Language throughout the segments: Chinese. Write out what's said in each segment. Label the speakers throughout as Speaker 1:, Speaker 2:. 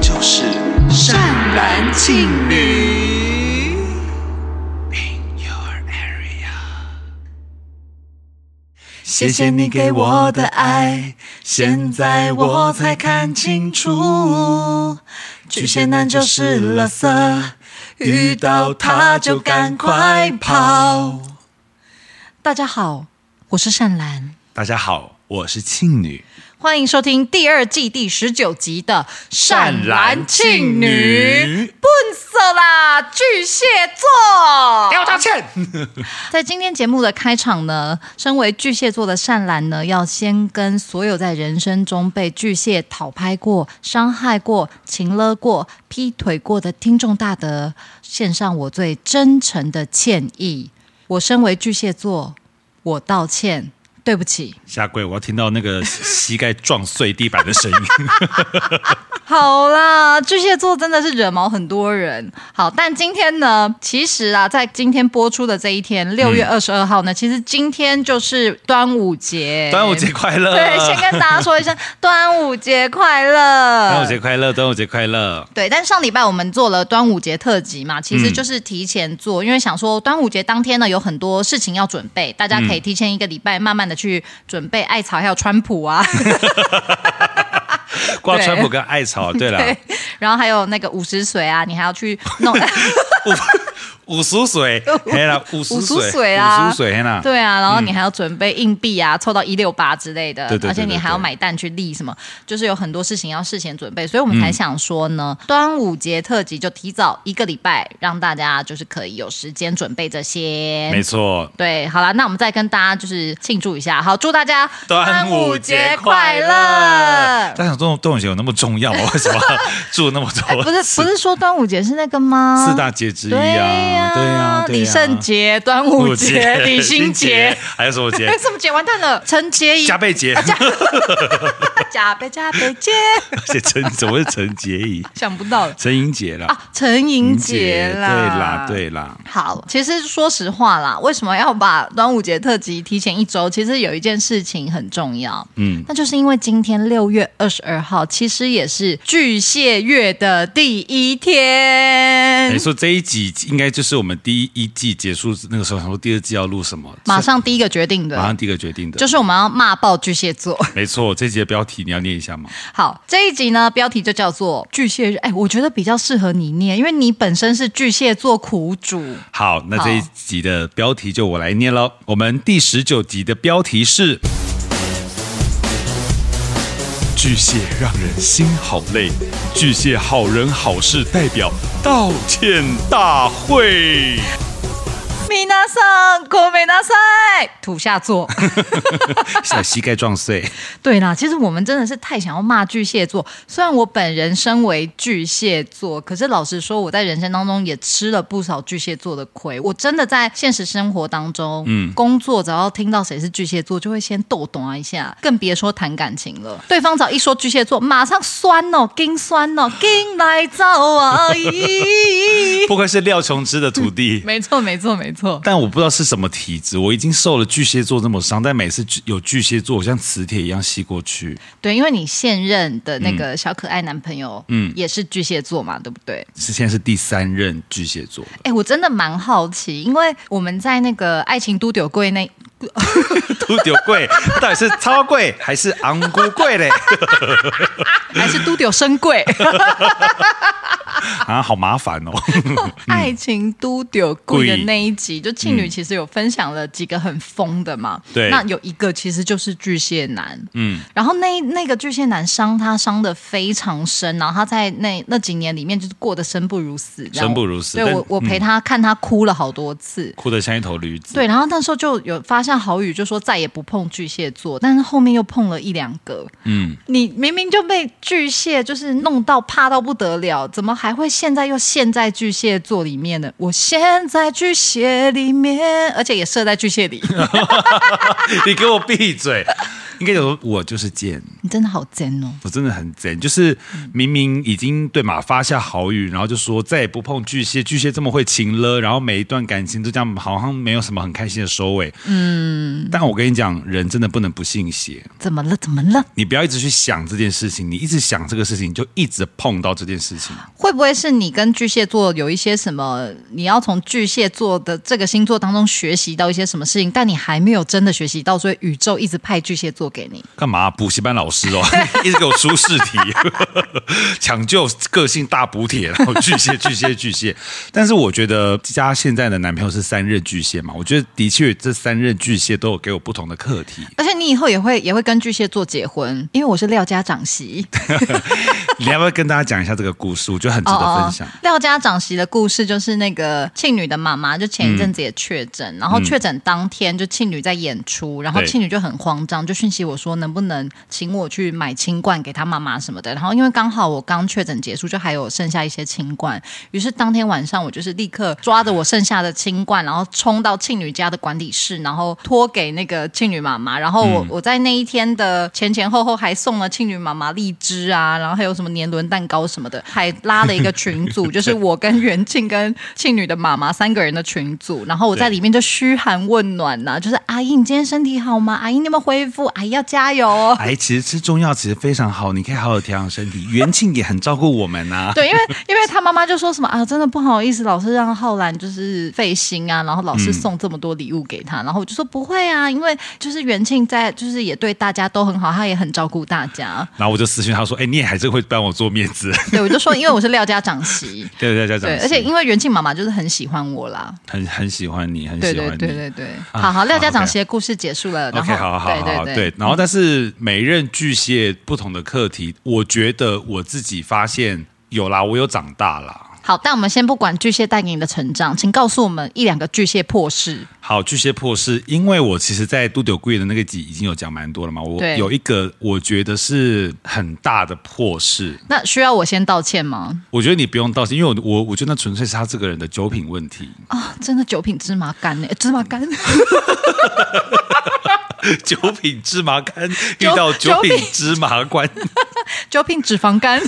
Speaker 1: 就是善男信女。In your area，谢谢你给我的爱，现在我才看清楚，巨蟹男就是垃圾，遇到他就赶快跑。
Speaker 2: 大家好，我是善兰，
Speaker 3: 大家好，我是庆女，
Speaker 2: 欢迎收听第二季第十九集的《
Speaker 3: 庆，
Speaker 1: 嗯
Speaker 2: 笨死啦，巨蟹座。
Speaker 3: 刁大倩，
Speaker 2: 在今天节目的开场呢，身为巨蟹座的善兰呢，要先跟所有在人生中被巨蟹讨拍过、伤害过、情勒过、劈腿过的听众大德，献上我最真诚的歉意。我身为巨蟹座，我道歉，对不起。
Speaker 3: 下跪！我要听到那个膝盖撞碎地板的声音。
Speaker 2: 好啦，巨蟹座真的是惹毛很多人。好，但今天呢，其实啊，在今天播出的这一天，六月
Speaker 3: 嗯
Speaker 2: 二十二号呢，其实今天就是端午节。
Speaker 3: 端午节快乐！
Speaker 2: 对，先跟大家说一声端午节快乐。
Speaker 3: 端午节快乐，端午节快乐。
Speaker 2: 对，但上礼拜我们做了端午节特辑嘛，其实
Speaker 3: 嗯
Speaker 2: 就是提前做，因为想说端午节当天呢有很多事情要准备，大家
Speaker 3: 嗯
Speaker 2: 可以提前一个礼拜慢慢的去准备艾草还有川普啊，
Speaker 3: 挂川普跟艾草，对了，
Speaker 2: 对，然后还有那个午时水啊，你还要去 弄。
Speaker 3: 五五十 水，嘿啦，五十
Speaker 2: 五
Speaker 3: 水，
Speaker 2: 十水啊
Speaker 3: 五十水，嘿啦，
Speaker 2: 对啊，然后你还要准备硬币啊，凑到一六八之类的，
Speaker 3: 嗯对对对
Speaker 2: 而且你还要买蛋去立什么，就是有很多事情要事先准备，所以我
Speaker 3: 嗯
Speaker 2: 们才想说呢，端午节特辑就提早一个礼拜，让大家就是可以有时间准备这些。
Speaker 3: 没错。
Speaker 2: 对，好啦，那我们再跟大家就是庆祝一下，好，祝大家
Speaker 3: 端午节快乐！大家想说端午节有那么重 要吗？为什么祝那么
Speaker 2: 哎不
Speaker 3: 多？
Speaker 2: 是不是说端午节是那个吗？
Speaker 3: 四大节之一啊，对
Speaker 2: 对呀、
Speaker 3: 呀，对呀
Speaker 2: 李圣节、端午 节、李心节，，
Speaker 3: 还有什么节？
Speaker 2: 哎，什么节完蛋了？陈杰仪
Speaker 3: 加倍节，
Speaker 2: 加倍加倍节，
Speaker 3: 而且陈怎么是陈洁仪？
Speaker 2: 想不到了
Speaker 3: 陈英杰啦，
Speaker 2: 啊，陈莹
Speaker 3: 莹
Speaker 2: 杰
Speaker 3: 姐
Speaker 2: 啦，
Speaker 3: 对啦，。对啦，
Speaker 2: 好，其实说实话啦，为什么要把端午节特辑提前一周？其实有一件事情很重要，
Speaker 3: 嗯，
Speaker 2: 那就是因为今天六月二十二号，其实也是巨蟹月的第一天嗯
Speaker 3: 你，哎说这一集应该就是我们第一季结束那个时候，想说第二季要录什么，
Speaker 2: 马上第一个决定
Speaker 3: 马上
Speaker 2: 的，
Speaker 3: 第一个决定的，
Speaker 2: 就是我们要骂爆巨蟹座。
Speaker 3: 没错，这集的标题你要念一下吗？
Speaker 2: 好，这一集呢，标题就叫做巨蟹日。哎，我觉得比较适合你念，因为你本身是巨蟹座苦主。
Speaker 3: 好，那
Speaker 2: 好
Speaker 3: 这一集的标题就我来念喽。我们第十九集的标题是“巨蟹让人心好累”，巨蟹好人好事代表道歉大会。
Speaker 2: 米娜桑，国美娜赛，土下座。
Speaker 3: 小膝盖撞碎，
Speaker 2: 对啦，其实我们真的是太想要骂巨蟹座。虽然我本人身为巨蟹座，可是老实说，我在人生当中也吃了不少巨蟹座的亏。我真的在现实生活当中，嗯，工作只要听到谁是巨蟹座，就会先逗懂啊一下，更别说谈感情了。对方只要一说巨蟹座，马上酸哦，跟酸哦，跟来造啊！ 咦，
Speaker 3: 不愧是廖琼之的徒 弟。
Speaker 2: 没错，没错，没错。
Speaker 3: 但我不知道是什么体质，我已经受了巨蟹座这么伤，但每次巨有巨蟹座，我像磁铁一样吸过去。
Speaker 2: 对，因为你现任的
Speaker 3: 嗯
Speaker 2: 那个小可爱男朋友，嗯，也是巨蟹座嘛，对不对？
Speaker 3: 是现在是第三任巨蟹座了，
Speaker 2: 哎、我真的蛮好奇，因为我们在那个《爱情都丢柜》那，
Speaker 3: 都丢贵，到底是超贵还是昂咕贵嘞？
Speaker 2: 还是都丢深 柜，
Speaker 3: 啊，好麻烦哦。
Speaker 2: 爱情都丢柜的那一集，就庆女其实有分享了几个很疯的嘛，
Speaker 3: 嗯对
Speaker 2: 那有一个其实就是巨蟹男，
Speaker 3: 嗯，
Speaker 2: 然后那那个巨蟹男伤他伤的非常深，然后他在那那几年里面就是过得生不如死，这样
Speaker 3: 生不如死
Speaker 2: 对
Speaker 3: 但嗯
Speaker 2: 我我陪他、看他哭了好多次，
Speaker 3: 哭得像一头驴子。
Speaker 2: 对，然后那时候就有发下好语，就说再也不碰巨蟹座，但是后面又碰了一两个。
Speaker 3: 嗯，
Speaker 2: 你明明就被巨蟹就是弄到怕到不得了，怎么还会现在又陷在巨蟹座里面呢？我陷在巨蟹里面，而且也射在巨蟹里。
Speaker 3: 你给我闭嘴！应该有说我就是贱，
Speaker 2: 你真的好贱哦！
Speaker 3: 我真的很贼，就是明明已经对马发下豪语，然后就说再也不碰巨蟹，巨蟹这么会情了，然后每一段感情都这样，好像没有什么很开心的收尾。嗯，但我跟你讲，人真的不能不信邪，
Speaker 2: 怎么了？怎么了？
Speaker 3: 你不要一直去想这件事情，你一直想这个事情，你就一直碰到这件事情。
Speaker 2: 会不会是你跟巨蟹座有一些什么？你要从巨蟹座的这个星座当中学习到一些什么事情，但你还没有真的学习到，所以宇宙一直派巨蟹座给你。
Speaker 3: 干嘛、补习班老师哦， 一直给我出试题， 抢救个性大补帖，然后巨蟹巨蟹巨蟹。但是我觉得加现在的男朋友是三任巨蟹嘛，我觉得的确这三任巨蟹都有给我不同的课 题。
Speaker 2: 而且你以后也会也会跟巨蟹座结婚，因为我是廖家 长媳。
Speaker 3: 你要不要跟大家讲一下这个故事？我觉得很值得分享。
Speaker 2: 哦廖家长媳的故事就是那个庆女的妈妈，就前一阵子也确诊，然后确诊当天就庆女在演出，然后
Speaker 3: 嗯对
Speaker 2: 庆女就很慌张，就讯息我说能不能请我去买清罐给她妈妈什么的。然后因为刚好我刚确诊结束，就还有剩下一些清罐，于是当天晚上我就是立刻抓着我剩下的清罐，然后冲到庆女家的管理室，然后托给那个庆女妈妈。然后
Speaker 3: 嗯
Speaker 2: 我、我在那一天的前前后后还送了庆女妈妈荔枝啊，然后还有什么年轮蛋糕什么的，还拉了一个群组， 就是我跟元庆跟庆女的妈妈三个人的群组。然后我在
Speaker 3: 对
Speaker 2: 里面就嘘寒问暖呐、就是阿姨你今天身体好吗？阿姨你有没有恢复？阿姨要加油哦。
Speaker 3: 哎，其实吃中药其实非常好，你可以好好调养身体。元庆也很照顾我们啊呐、
Speaker 2: 对，因为因为他妈妈就说什么啊，真的不好意思，老师让浩然就是费心啊，然后老师送这么多礼物给他，然后我就说不会啊，因为就是元庆在，就是也对大家都很好，他也很照顾大家。
Speaker 3: 然后我就私信他说：“哎，你也还是会帮我做面子，
Speaker 2: 对，我就说因为我是廖家长媳，
Speaker 3: 对对 对，这
Speaker 2: 对
Speaker 3: 样，子
Speaker 2: 而且因为元庆妈妈就是很喜欢我啦。
Speaker 3: 很很喜欢你，很喜
Speaker 2: 对
Speaker 3: 欢你。
Speaker 2: 对对对对，
Speaker 3: 啊
Speaker 2: 好好，廖家
Speaker 3: 好
Speaker 2: 长
Speaker 3: ，OK
Speaker 2: 媳的故事结束了，然
Speaker 3: OK，
Speaker 2: 后
Speaker 3: 好好好
Speaker 2: 对
Speaker 3: 好
Speaker 2: 对
Speaker 3: 对，然后但是每一任巨蟹不同的课题，我觉得我自己发现有啦，我有长大啦。
Speaker 2: 好，但我们先不管巨蟹带给你的成长，请告诉我们一两个巨蟹破事。
Speaker 3: 好，巨蟹破事，因为我其实，在杜柳贵的那个集已经有讲蛮多了嘛，我
Speaker 2: 对
Speaker 3: 有一个我觉得是很大的破事，
Speaker 2: 那需要我先道歉吗？
Speaker 3: 我觉得你不用道歉，因为我我我觉得那纯粹是他这个人的酒品问题，
Speaker 2: 啊，真的九品芝麻干呢、芝麻干。
Speaker 3: 酒品芝麻官遇到
Speaker 2: 酒
Speaker 3: 酒品
Speaker 2: 酒品
Speaker 3: 芝麻官，
Speaker 2: 酒品脂肪肝，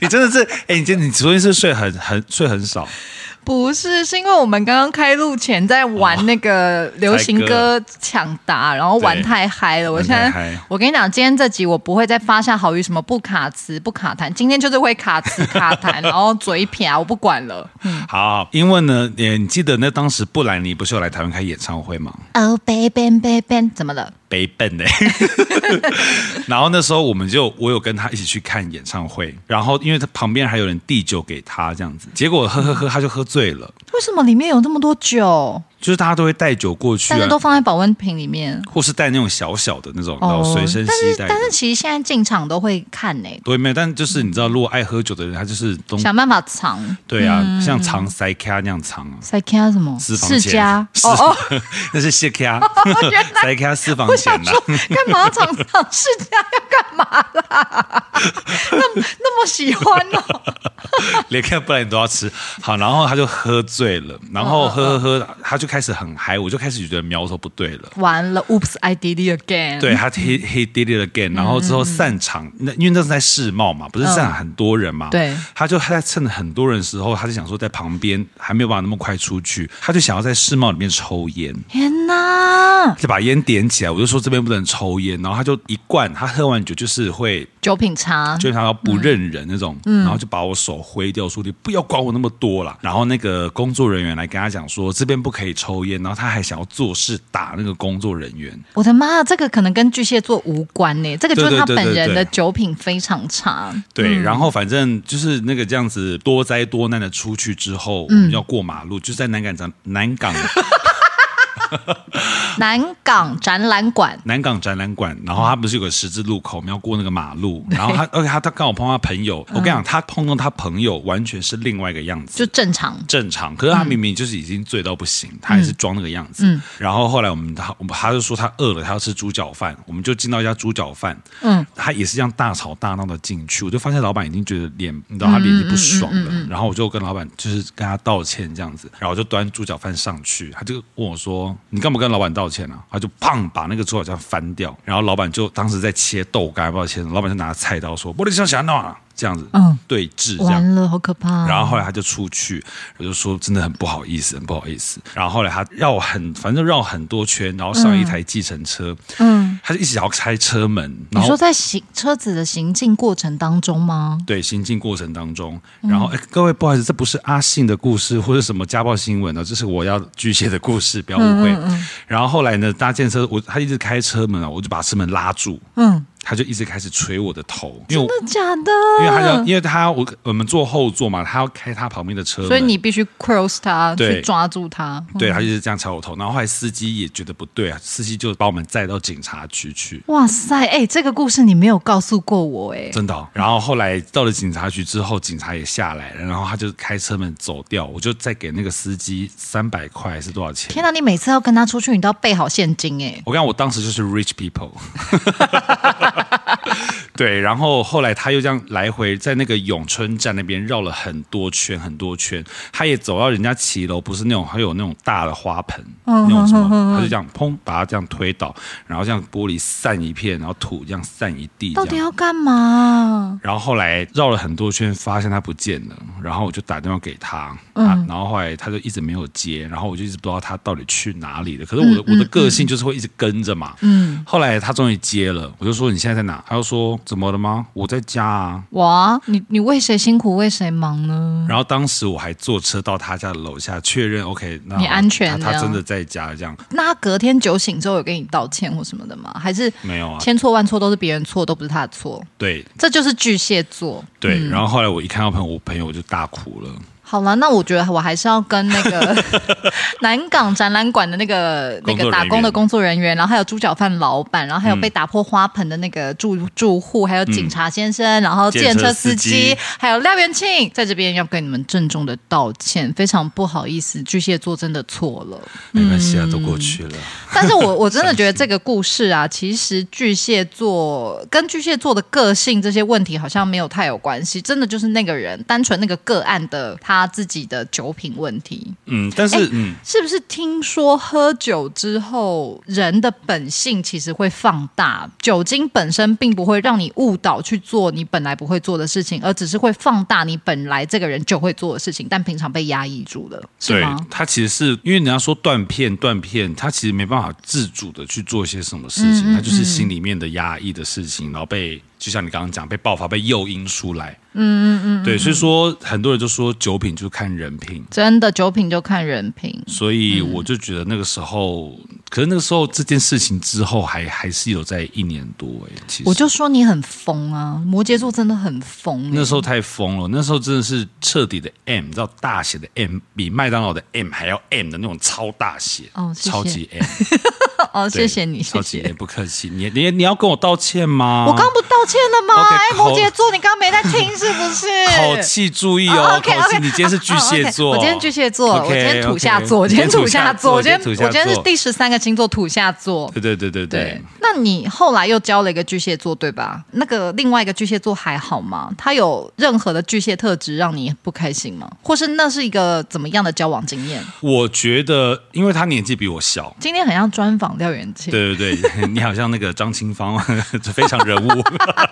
Speaker 3: 你真的是，哎，你今天你昨天是睡很很睡很少，
Speaker 2: 不是，是因为我们刚刚开录前在玩那个流行歌抢答，然后玩太嗨了。我
Speaker 3: 玩
Speaker 2: 现
Speaker 3: 太
Speaker 2: 在
Speaker 3: 嗨，
Speaker 2: 我跟你讲，今天这集我不会再发下好语，什么不卡词、不卡痰， 今天就是会卡词、卡痰，然后嘴撇，啊我不管 了。
Speaker 3: 好，因为呢，呃你记得那当时布兰妮不是有来台湾开演唱会吗？
Speaker 2: 哦，baby baby，怎么了？
Speaker 3: 北笨的、然后那时候我们就我有跟他一起去看演唱会，然后因为他旁边还有人递酒给他这样子，结果喝喝喝他就喝醉了，
Speaker 2: 为什么里面有那么多酒？
Speaker 3: 就是大家都会带酒过去、
Speaker 2: 但是
Speaker 3: 啊
Speaker 2: 都，放在保温瓶里面。
Speaker 3: 或是带那种小小的那种，然后哦随身
Speaker 2: 但
Speaker 3: 携
Speaker 2: 是
Speaker 3: 带的
Speaker 2: 但。是其实现在进场都会看呢、
Speaker 3: 对，没有，但就是你知道，如果爱喝酒的人，他就是东
Speaker 2: 想办法藏。
Speaker 3: 对啊，
Speaker 2: 嗯
Speaker 3: 像藏塞卡那样藏啊，
Speaker 2: 在看什么？
Speaker 3: 私房钱，
Speaker 2: 世家
Speaker 3: 是
Speaker 2: 哦哦，
Speaker 3: 那是谢 卡，塞卡私房
Speaker 2: 我
Speaker 3: 钱啊
Speaker 2: 想
Speaker 3: 呐、
Speaker 2: 说， 干嘛厂长世家要干嘛啦？ 那么那么喜欢哦，
Speaker 3: 连看布兰妮都要吃。好，然后他就喝醉了，然后喝喝喝，他就开始很嗨，我就开始觉得苗头不对了。
Speaker 2: 完了，Oops, I did it again。
Speaker 3: 对，他 he he did it again，然后之后散场，那因为那是在世贸嘛，不是散场很多人嘛，
Speaker 2: 对
Speaker 3: 他就他在趁很多人的时候，他就想说在旁边还没有办法那么快出去，他就想要在世贸里面抽烟，
Speaker 2: 天哪，
Speaker 3: 就把烟点起来，我就说这边不能抽烟，然后他就一灌，他喝完酒就是会
Speaker 2: 酒品差，
Speaker 3: 就是他要不认人那种，然后就把我手挥掉，说你不要管我那么多啦。然后那个工作人员来跟他讲说这边不可以抽烟，然后他还想要做事打那个工作人员。
Speaker 2: 我的妈，这个可能跟巨蟹座无关呢、这个就是他
Speaker 3: 对对对
Speaker 2: 本人
Speaker 3: 对对
Speaker 2: 的酒品非常差。
Speaker 3: 对，然后反正就是那个这样子多灾多难的出去之后，我们要过马路，就在南港展南港
Speaker 2: 南港展览馆，
Speaker 3: 南港展览馆，然后他不是有个十字路口，我们要过那个马路，然后他而且他他刚好碰到他朋友，我跟你讲，他碰到他朋友完全是另外一个样子，
Speaker 2: 就正常。
Speaker 3: 正常，可是他明明就是已经醉到不行，他还是装那个样子。然后后来我们他我们他就说他饿了，他要吃猪脚饭，我们就进到一家猪脚饭，嗯，他也是这样大吵大闹的进去，我就发现老板已经觉得脸，你知道他脸已经不爽了，然后我就跟老板就是跟他道歉这样子，然后我就端猪脚饭上去，他就问我说说：“你干嘛跟老板道歉啊？”他就砰把那个桌角这样翻掉，然后老板就当时在切豆干，不知道切什么，老板就拿菜刀说：“玻璃上想闹啊！”这样子，
Speaker 2: 嗯
Speaker 3: 对峙这样
Speaker 2: 完。了，好可怕、
Speaker 3: 然后后来他就出去，我就说真的很不好意思，很不好意思。然后后来他绕很，反正绕很多圈，然后上一台计程车，嗯，他就一直想要开车门，然
Speaker 2: 你
Speaker 3: 后
Speaker 2: 说在行车子的行进过程当中吗？
Speaker 3: 对行进过程当中，
Speaker 2: 嗯
Speaker 3: 然后、哎，各位不好意思，这不是阿信的故事或者什么家暴新闻呢，这是我要巨蟹的故事，不要误会。
Speaker 2: 嗯
Speaker 3: 然后后来呢，搭建车，我他一直开车门啊，我就把车门拉住，
Speaker 2: 嗯，
Speaker 3: 他就一直开始捶我的头，因为我。
Speaker 2: 真的假的？啊
Speaker 3: 因为他要，因为他我我们坐后座嘛，他要开他旁边的车门，
Speaker 2: 所以你必须 cross 他，
Speaker 3: 对
Speaker 2: 去抓住他。
Speaker 3: 对，他就是这样敲我头，然后后来司机也觉得不对啊，司机就把我们载到警察局去，
Speaker 2: 哇塞，哎、这个故事你没有告诉过我、哎，
Speaker 3: 真的哦、然后后来到了警察局之后，警察也下来了，然后他就开车门走掉，我就再给那个司机三百块还是多少钱
Speaker 2: 天？哪！你每次要跟他出去，你都要备好现金、哎。
Speaker 3: 我跟你讲，我当时就是 rich people，对，然后后来他又这样来回在那个永春站那边绕了很多圈，很多圈，他也走到人家骑楼，不是那种还有那种大的花盆，
Speaker 2: 嗯
Speaker 3: 那种什么，他就这样砰把它这样推倒，然后这样玻璃散一片，然后土这样散一地，这
Speaker 2: 到
Speaker 3: 样。
Speaker 2: 底要干嘛？
Speaker 3: 然后后来绕了很多圈，发现他不见了，然后我就打电话给他，嗯、啊，然后后来他就一直没有接，然后我就一直不知道他到底去哪里了。可是我的、
Speaker 2: 嗯
Speaker 3: 我的个性就是会一直跟着嘛，嗯，后来他终于接了，我就说你现在在哪？他就说怎么了吗？我在家
Speaker 2: 嗯
Speaker 3: 啊。
Speaker 2: 哇，你你为谁辛苦为谁忙呢？
Speaker 3: 然后当时我还坐车到他家楼下确认，OK，那
Speaker 2: 你安全
Speaker 3: 他
Speaker 2: 这
Speaker 3: 他
Speaker 2: 样
Speaker 3: 真的在家这样
Speaker 2: 那他隔天酒醒之后有跟你道歉或什么的吗？还是
Speaker 3: 没有啊？
Speaker 2: 千错万错都是别人错，都不是他的错？
Speaker 3: 对
Speaker 2: 这就是巨蟹座。
Speaker 3: 对，然后后来我一看到朋友，我朋友就大哭了。
Speaker 2: 好了，那我觉得我还是要跟那 个南港展览馆的那个那
Speaker 3: 工作人
Speaker 2: 个
Speaker 3: 员
Speaker 2: 打工的工作人员，然后还有猪脚饭老板，然后还有被打破花盆的那个住、住户，还有警察先生，然后
Speaker 3: 电
Speaker 2: 电
Speaker 3: 嗯车
Speaker 2: 车
Speaker 3: 司
Speaker 2: 司
Speaker 3: 机
Speaker 2: 机，还有廖元庆，在这边要跟你们郑重的道歉，非常不好意思，巨蟹座真的错了。
Speaker 3: 没关系啊，都过去了。
Speaker 2: 但是我我真的觉得这个故事啊， 其实巨蟹座跟巨蟹座的个性这些问题好像没有太有关系，真的就是那个人单纯那个个案的他自己的酒品问题，
Speaker 3: 嗯，但
Speaker 2: 哎
Speaker 3: 是、嗯，
Speaker 2: 是不是？听说喝酒之后，人的本性其实会放大，酒精本身并不会让你误导去做你本来不会做的事情，而只是会放大你本来这个人就会做的事情，但平常被压抑住了，是
Speaker 3: 对
Speaker 2: 吗？，
Speaker 3: 他其实是因为人家说断片，断片，他其实没办法自主的去做些什么事情，
Speaker 2: 嗯
Speaker 3: 他就是心里面的压抑的事情，然后被就像你刚刚讲，被爆发、被诱因出来。嗯嗯嗯，对，所以说很多人就说酒品就是看人品。
Speaker 2: 真的，酒品就看人品。
Speaker 3: 所以
Speaker 2: 嗯
Speaker 3: 我就觉得那个时候，可是那个时候这件事情之后还还是有在一年多哎、其实
Speaker 2: 我就说你很疯啊，摩羯座真的很疯、
Speaker 3: 那
Speaker 2: 欸。
Speaker 3: 时候太疯了，那时候真的是彻底的 M，你知道大写的 M 比麦当劳的 M 还要 M 的那种超大写，
Speaker 2: 哦谢谢
Speaker 3: 超级 M。
Speaker 2: 哦，
Speaker 3: 对
Speaker 2: 谢谢你，谢
Speaker 3: 超级
Speaker 2: 谢。
Speaker 3: 不客气。你你你要跟我道歉吗？
Speaker 2: 我刚不道歉了吗？
Speaker 3: OK，
Speaker 2: 哎、
Speaker 3: 口
Speaker 2: 摩羯座，你刚没在 听是不是？
Speaker 3: 口气注意
Speaker 2: 哦
Speaker 3: 哦，口
Speaker 2: OK，
Speaker 3: 气。
Speaker 2: OK，
Speaker 3: 你今天是巨蟹座，
Speaker 2: 哦，OK，我今天巨蟹座
Speaker 3: OK，
Speaker 2: 我今天土
Speaker 3: OK，
Speaker 2: 下座，我今天土下座，我今天
Speaker 3: 土下座
Speaker 2: 我今天
Speaker 3: 土下
Speaker 2: 是
Speaker 3: 座
Speaker 2: 第十三个星座土下座。
Speaker 3: 对对对对
Speaker 2: 对
Speaker 3: 对。，
Speaker 2: 那你后来又交了一个巨蟹座，对吧？那个另外一个巨蟹座还好吗？他有任何的巨蟹特质让你不开心吗？或是那是一个怎么样的交往经验？
Speaker 3: 我觉得，因为他年纪比我小。
Speaker 2: 今天很像专访廖元庆，
Speaker 3: 对对对， 你好像那个张清芳， 非常人物。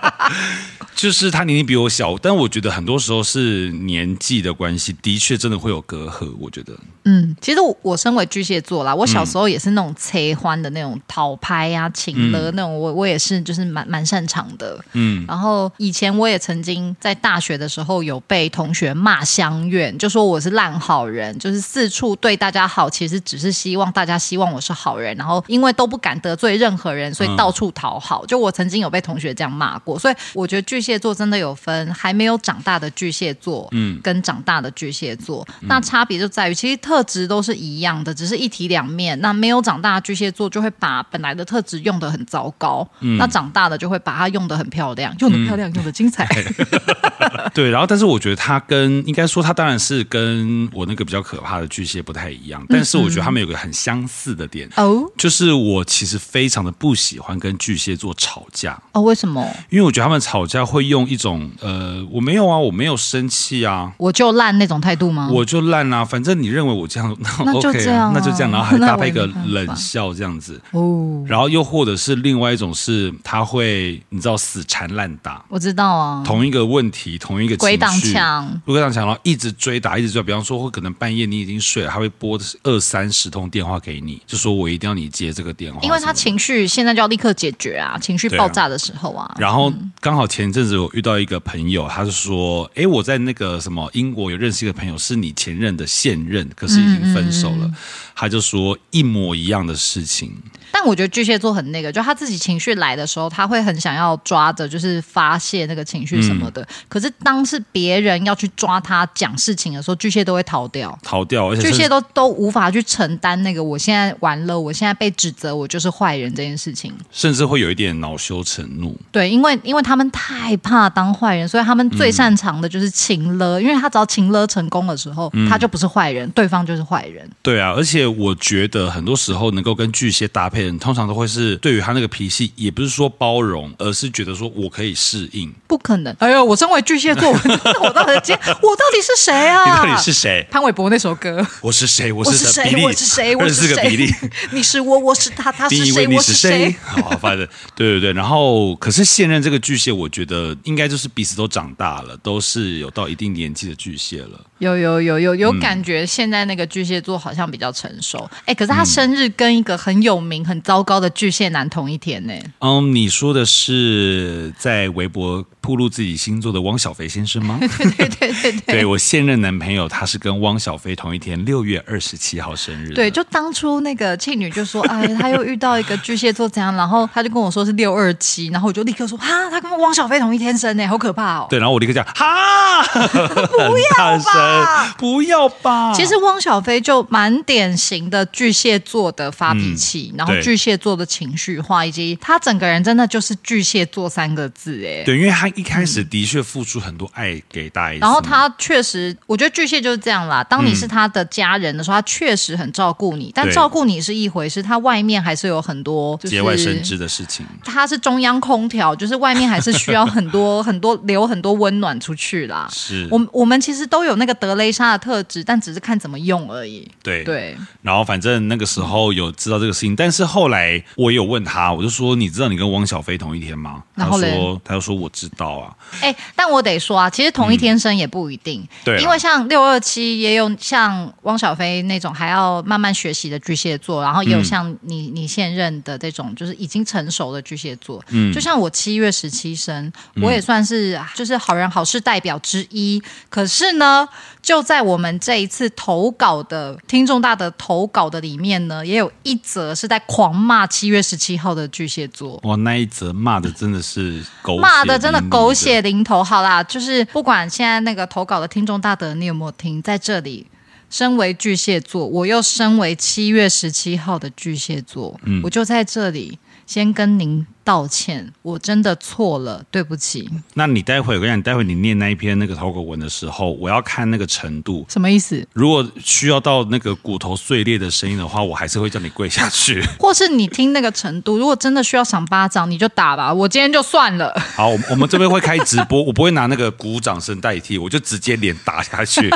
Speaker 3: 就是他年纪比我小，但我觉得很多时候是年纪的关系，的确真的会有隔阂。我觉得，
Speaker 2: 嗯，其实我我身为巨蟹座啦，我小时候也是那种切欢的那种讨拍啊、情勒那种，我我也是就是蛮蛮擅长的。嗯，然后以前我也曾经在大学的时候有被同学骂相怨，就说我是烂好人，就是四处对大家好，其实只是希望大家希望我是好人，然后因为都不敢得罪任何人，所以到处讨好。就我曾经有被同学这样骂过，所以我觉得巨蟹座真的有分还没有长大的巨蟹座，嗯，跟长大的
Speaker 3: 嗯
Speaker 2: 巨蟹座，那差别就在于其实特质都是一样的，只是一体两面。那没有长大大巨蟹座就会把本来的特质用得很糟糕，
Speaker 3: 嗯
Speaker 2: 那长大的就会把它用得很漂亮，用得漂亮，用得精彩。
Speaker 3: 嗯 对，然后但是我觉得他跟应该说他当然是跟我那个比较可怕的巨蟹不太一样，但是我觉得他们有个很相似的点，
Speaker 2: 哦
Speaker 3: 就是我其实非常的不喜欢跟巨蟹座吵架，
Speaker 2: 哦，为什么？
Speaker 3: 因为我觉得他们吵架会用一种呃我没有啊，我没有生气啊。
Speaker 2: 我就烂那种态度吗？
Speaker 3: 我就烂啊，反正你认为我这样，那
Speaker 2: 嗯 那就
Speaker 3: OK
Speaker 2: 这样啊
Speaker 3: 那就这样，然后还搭配一个
Speaker 2: 那我也没办法
Speaker 3: 冷笑这样子，
Speaker 2: 哦，
Speaker 3: 然后又或者是另外一种是他会你知道死缠烂打，
Speaker 2: 我知道啊，
Speaker 3: 同一个问题同一个情
Speaker 2: 鬼挡
Speaker 3: 绪
Speaker 2: 墙，
Speaker 3: 如果这样讲，然后一直追打，一直追打，比方说，会可能半夜你已经睡了，他会拨二三十通电话给你，就说我一定要你接这个电话，
Speaker 2: 因为他
Speaker 3: 请。
Speaker 2: 情绪现在就要立刻解决啊，情绪
Speaker 3: 对啊
Speaker 2: 爆炸的时候啊，
Speaker 3: 然后刚好前一阵子我遇到一个朋友，他就说：“诶，我在那个什么英国有认识一个朋友，是你前任的现任，可是已经分手
Speaker 2: 嗯
Speaker 3: 了。他就说一模一样的事情，
Speaker 2: 但我觉得巨蟹座很那个，就他自己情绪来的时候，他会很想要抓着，就是发泄那个情绪什么
Speaker 3: 嗯
Speaker 2: 的。可是当是别人要去抓他讲事情的时候，巨蟹都会逃掉。
Speaker 3: 逃掉，而且
Speaker 2: 巨
Speaker 3: 甚至
Speaker 2: 蟹都都无法去承担那个，我现在完了，我现在被指责，我就是坏人这件事情。
Speaker 3: 甚至会有一点恼羞成怒。
Speaker 2: 对，因为因为他们太怕当坏人，所以他们最擅长的就是情勒，因为他只要情勒成功的时候，
Speaker 3: 嗯
Speaker 2: 他就不是坏人，对方就是坏人。
Speaker 3: 对啊，而且我觉得很多时候能够跟巨蟹搭配的人，通常都会是对于他那个脾气，也不是说包容，而是觉得说我可以适应。
Speaker 2: 不可能！哎呦，我身为巨蟹座，我我到底今我到底是谁啊？
Speaker 3: 你到底是谁？
Speaker 2: 潘玮柏那首歌？
Speaker 3: 我是谁？ 我
Speaker 2: 我
Speaker 3: 是谁？比
Speaker 2: 谁？
Speaker 3: 利，
Speaker 2: 我 是谁？我
Speaker 3: 二
Speaker 2: 是
Speaker 3: 十四个
Speaker 2: 谁？
Speaker 3: 比利。
Speaker 2: 你是我， 我是 他，他
Speaker 3: 第
Speaker 2: 是
Speaker 3: 一
Speaker 2: 谁？
Speaker 3: 位你
Speaker 2: 我
Speaker 3: 是
Speaker 2: 谁
Speaker 3: 谁？？ 好，反正对对对。然后，可是现任这个巨蟹，我觉得应该就是彼此都长大了，都是有到一定年纪的巨蟹了。
Speaker 2: 有有有有
Speaker 3: 嗯
Speaker 2: 有感觉，现在那个巨蟹座好像比较成熟。哎，可是他生日跟一个很有名、很糟糕的巨蟹男同一天 呢。
Speaker 3: 嗯，你说的是在微博铺露自己星座的汪小菲先生吗？
Speaker 2: 对对对对。
Speaker 3: 对我现任男朋友，他是跟汪小菲同一天，六月二十七号生日的。
Speaker 2: 对，就当初那个庆女 就说，哎，她又遇到一个巨蟹座怎样，然后她就跟我说是六二七，然后我就立刻说，哈，她跟汪小菲同一天生呢，好可怕哦。
Speaker 3: 对，然后我立刻讲 哈，不要吧，不要吧。
Speaker 2: 其实汪小菲就蛮典型的巨蟹座的发脾气，然后
Speaker 3: 嗯对
Speaker 2: 巨蟹座的情绪化，以及他整个人真的就是巨蟹座三个字哎。
Speaker 3: 对，因为他一开始的确付出很多爱给大 S，
Speaker 2: 然后他确实，我觉得巨蟹就是这样啦。当你是他的家人的时候，他确实很照顾你，但
Speaker 3: 对
Speaker 2: 照顾你是一回事，他外面还是有很多就是
Speaker 3: 节外生枝的事情。
Speaker 2: 它是中央空调，就是外面还是需要很多 很多留很多温暖出去啦。
Speaker 3: 是
Speaker 2: 我们我们其实都有那个德雷莎的特质，但只是看怎么用而已。
Speaker 3: 对
Speaker 2: 对，
Speaker 3: 然后反正那个时候有知道这个事情，但是后来我也有问他，我就说你知道你跟汪小菲同一天吗？
Speaker 2: 然
Speaker 3: 他
Speaker 2: 后
Speaker 3: 就
Speaker 2: 嘞
Speaker 3: 说他就说我知道啊，
Speaker 2: 哎，但我得说啊，其实同一天生也不一定，
Speaker 3: 对啊
Speaker 2: 因为像六二七也有像汪小菲那种还要慢慢学习的巨蟹座，然后也
Speaker 3: 嗯
Speaker 2: 有像你、你现任的这种就是已经成熟的巨蟹座，嗯，就像我七月十七生，
Speaker 3: 嗯
Speaker 2: 我也算是就是好人好事代表之一，可是呢，就在我们这一次投稿的听众大的投稿的里面呢，也有一则是在狂骂七月十七号的巨蟹座，
Speaker 3: 哇，那一则骂的真的是狗血淋漓，
Speaker 2: 骂的真的狗血淋头。好啦，就是不管现在那个投稿的听众大德，你有没有听？在这里，身为巨蟹座，我又身为七月十七号的巨蟹座，
Speaker 3: 嗯
Speaker 2: 我就在这里先跟您道歉，我真的错了，对不起。
Speaker 3: 那你待会我跟你讲，待会你念那一篇那个投稿文的时候，我要看那个程度。
Speaker 2: 什么意思？
Speaker 3: 如果需要到那个骨头碎裂的声音的话，我还是会叫你跪下 去。
Speaker 2: 或是你听那个程度，如果真的需要赏巴掌，你就打吧。我今天就算了。
Speaker 3: 好，我们我们这边会开直播，我不会拿那个鼓掌声代替，我就直接脸打下 去，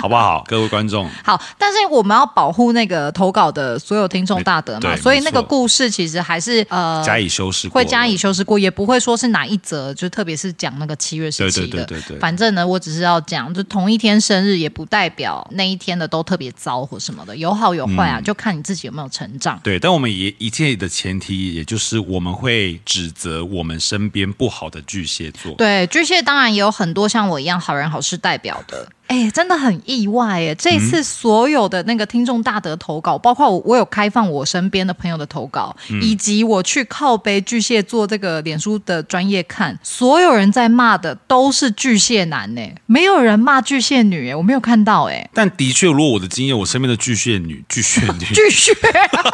Speaker 3: 好不好？各位观众，
Speaker 2: 好，但是我们要保护那个投稿的所有听众大德嘛，
Speaker 3: 对
Speaker 2: 所以那个
Speaker 3: 没错
Speaker 2: 故事其实还是呃
Speaker 3: 加以修饰过
Speaker 2: 会
Speaker 3: 了，
Speaker 2: 加以修饰过，也不会说是哪一则，就特别是讲那个七月十七的。
Speaker 3: 对对对对对
Speaker 2: 反正呢，我只是要讲，就同一天生日，也不代表那一天的都特别糟或什么的，有好有
Speaker 3: 嗯
Speaker 2: 坏啊，就看你自己有没有成长。
Speaker 3: 对，但我们也一切的前提，也就是我们会指责我们身边不好的巨蟹座。
Speaker 2: 对巨蟹当然也有很多像我一样好人好事代表的，哎、真的很意外哎！这一次所有的那个听众大德投稿，包括我，我有开放我身边的朋友的投稿，以及我去靠背巨蟹座这个脸书的专业看，所有人在骂的都是巨蟹男哎，没有人骂巨蟹女哎，我没有看到哎，
Speaker 3: 但的确，如果我的经验，我身边的巨蟹女、巨蟹女，
Speaker 2: 巨蟹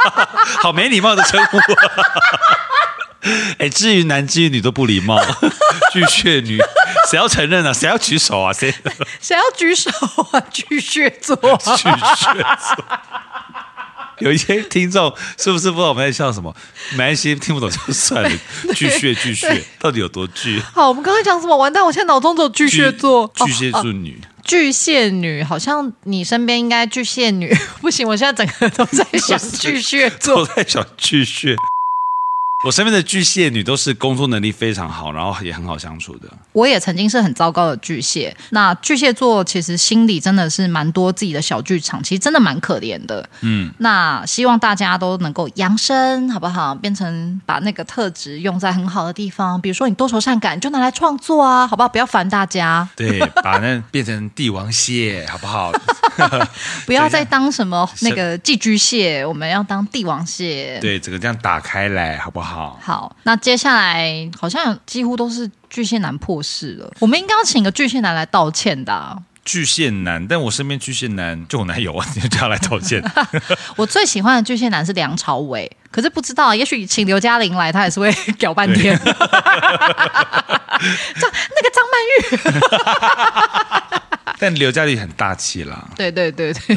Speaker 3: 好没礼貌的称呼。啊 哎，至于男至于女都不礼貌， 巨蟹女谁要承认啊？谁要举手啊？谁
Speaker 2: 谁要举手啊？巨蟹 座，
Speaker 3: 巨蟹座？有一些听众是不是不知道我们在笑什么？没关系，听不懂就 算了。巨蟹，巨蟹到底有多巨？
Speaker 2: 好，我们刚才讲什么？完蛋，我现在脑中只有巨蟹座，
Speaker 3: 巨巨蟹
Speaker 2: 哦
Speaker 3: 座女。
Speaker 2: 巨蟹女，好像你身边应该巨蟹女， 不行，我现在整个都在想巨蟹
Speaker 3: 都
Speaker 2: 座。
Speaker 3: 在想巨蟹。我身边的巨蟹女都是工作能力非常好，然后也很好相处的。
Speaker 2: 我也曾经是很糟糕的巨蟹。那巨蟹座其实心里真的是蛮多自己的小剧场，其实真的蛮可怜的。嗯，那希望大家都能够扬升，好不好？变成把那个特质用在很好的地方，比如说你多愁善感，你就拿来创作啊，好不好？不要烦大家，
Speaker 3: 对，把那变成帝王蟹，好不好？
Speaker 2: 不要再当什么那个寄居蟹，我们要当帝王蟹。
Speaker 3: 对，整个这样打开来，好不好？
Speaker 2: 好，那接下来好像几乎都是巨蟹男破事了。我们应该要请个巨蟹男来道歉的啊、
Speaker 3: 巨蟹男，但我身边巨蟹男就我男友啊，你就叫他来道 歉。
Speaker 2: 我最喜欢的巨蟹男是梁朝伟，可是不知道，也许请刘嘉玲来，他也是会 搞半天。张那个张曼玉，
Speaker 3: 但刘嘉玲很大气啦，
Speaker 2: 对对对对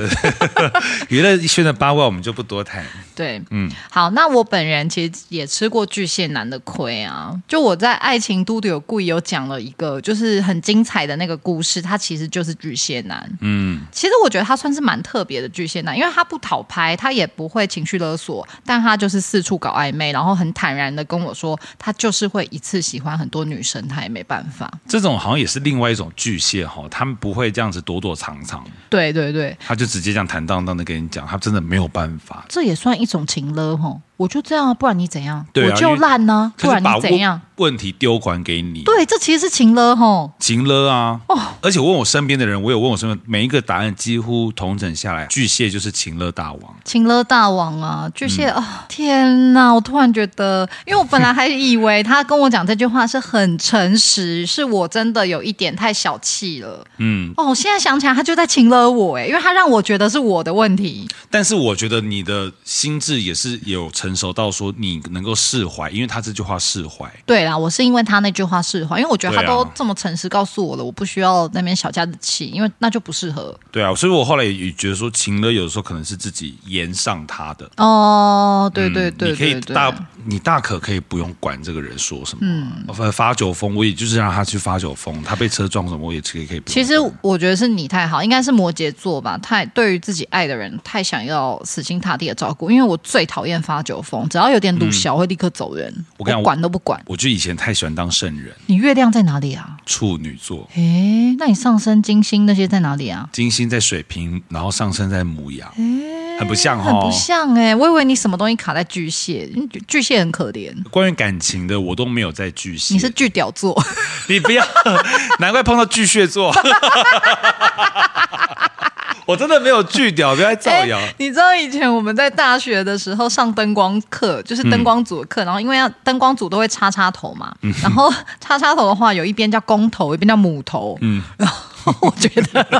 Speaker 3: 娱乐圈的八卦我们就不多谈。
Speaker 2: 对，嗯，好，那我本人其实也吃过巨蟹男的亏啊，就我在《爱情都都有故意有讲了一个就是很精彩的那个故事，他其实就是巨蟹男，
Speaker 3: 嗯，
Speaker 2: 其实我觉得他算是蛮特别的巨蟹男，因为他不讨拍，他也不会情绪勒索，但他就是四处搞暧昧，然后很坦然的跟我说，他就是会一次喜欢很多女生，他也没办法。
Speaker 3: 这种好像也是另外一种巨蟹哈，他们不会这样子躲躲藏藏，
Speaker 2: 对对对，
Speaker 3: 他就直接这样坦荡荡的跟你讲，他真的没有办法。
Speaker 2: 这也算一种情勒吼。我就这样啊，不然你怎样？
Speaker 3: 对啊
Speaker 2: 我就烂呢、不然
Speaker 3: 他
Speaker 2: 你
Speaker 3: 是把
Speaker 2: 怎样？
Speaker 3: 问问题丢还给你？
Speaker 2: 对，哦这其实是情勒吼。
Speaker 3: 行了啊！而且我问我身边的人，我有问我身边每一个答案，几乎同整下来，巨蟹就是情乐大王。
Speaker 2: 情勒大王啊，巨蟹
Speaker 3: 嗯
Speaker 2: 啊、天哪！我突然觉得，因为我本来还以为他跟我讲这句话是很诚 实，是我真的有一点太小气了。
Speaker 3: 嗯，
Speaker 2: 哦，我现在想起来，他就在请了我哎，因为他让我觉得是我的问题。
Speaker 3: 但是我觉得你的心智也是有成熟到说你能够释怀，因为他这句话释怀。
Speaker 2: 对啦，我是因为他那句话释怀，因为我觉得他
Speaker 3: 对啊
Speaker 2: 都这么诚实告诉我了，我不需要那边小家子气，因为那就不适合。
Speaker 3: 对啊，所以我后来也觉得说，情乐有的时候可能是自己延上他的。
Speaker 2: 哦，对对
Speaker 3: 嗯
Speaker 2: 对
Speaker 3: 你可以
Speaker 2: 对对，
Speaker 3: 大，你大可可以不用管这个人说什么，嗯，发酒疯，我也就是让他去发酒疯，他被车撞什么，我也可以可以不用管。
Speaker 2: 其实我觉得是你太好，应该是摩羯座吧，太对于自己爱的人太想要死心塌地的照顾。因为我最讨厌发酒疯，只要有点鲁小、嗯我会立刻走人，
Speaker 3: 我跟你讲
Speaker 2: 管都不管。
Speaker 3: 我就以前太喜欢当圣人，
Speaker 2: 你月亮在哪里啊？
Speaker 3: 处女座。
Speaker 2: 诶，那你上升金星那些在哪里啊？
Speaker 3: 金星在水瓶，然后上升在母羊，很不像
Speaker 2: 很
Speaker 3: 哦
Speaker 2: 不。像哎、我以为你什么东西卡在巨蟹，因为巨巨蟹很可怜，
Speaker 3: 关于感情的，我都没有在巨蟹。
Speaker 2: 你是巨屌座，
Speaker 3: 你不要，难怪碰到巨蟹座。 我真的没有巨屌，不要再造谣。
Speaker 2: 哎你知道以前我们在大学的时候上灯光课，就是灯光组的课，然后因为要灯光组都会插插头嘛，
Speaker 3: 嗯
Speaker 2: 然后插插头的话有一边叫公头，一边叫母头，嗯，然后我觉得。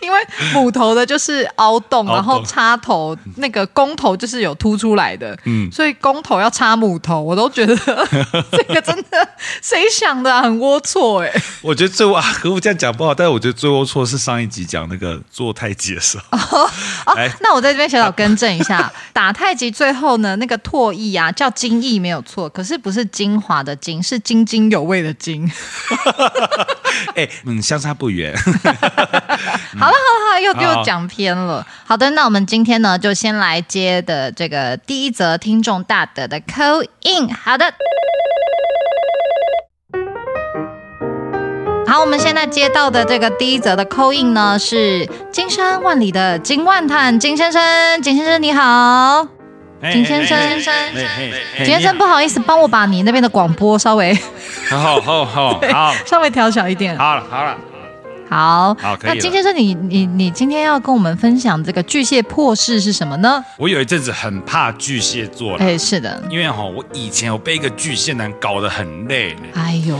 Speaker 2: 因为母头的就是凹洞，
Speaker 3: 凹洞
Speaker 2: 然后插头那个公头就是有凸出来的，嗯，所以公头要插母头，我都觉得 这个真的谁想的、啊、很龌龊哎、
Speaker 3: 我觉得最啊，可我这样讲不好，但我觉得最龌龊是上一集讲那个做太极的时候。 哎
Speaker 2: 哦， 那我在这边小小更正一下， 打太极最后呢，那个唾液啊叫精液没有错，可是不是精华的精，是津津有味的津。
Speaker 3: 哎、嗯，相差不 远。
Speaker 2: 好了好了，好了又
Speaker 3: 好
Speaker 2: 又讲偏了。好的，那我们今天呢就先来接的这个第一则听众大德的 call in。好的。好，我们现在接到的这个第一则的 call in 呢，是金山万里的金万叹金先生，金先生你好。金先生
Speaker 3: 哎
Speaker 2: 先生
Speaker 3: 哎哎哎
Speaker 2: 杰森，不好意思，帮我把你那边的广播稍微
Speaker 3: 好好好好
Speaker 2: 稍微调小一点。
Speaker 3: 好了好了，
Speaker 2: 好，
Speaker 3: 好可以了
Speaker 2: 那金先生你，你你今天要跟我们分享这个巨蟹破事是什么呢？
Speaker 3: 我有一阵子很怕巨蟹座了，
Speaker 2: 哎，是的，
Speaker 3: 因为哈、我以前有被一个巨蟹男搞得很累呢
Speaker 2: 哎呦，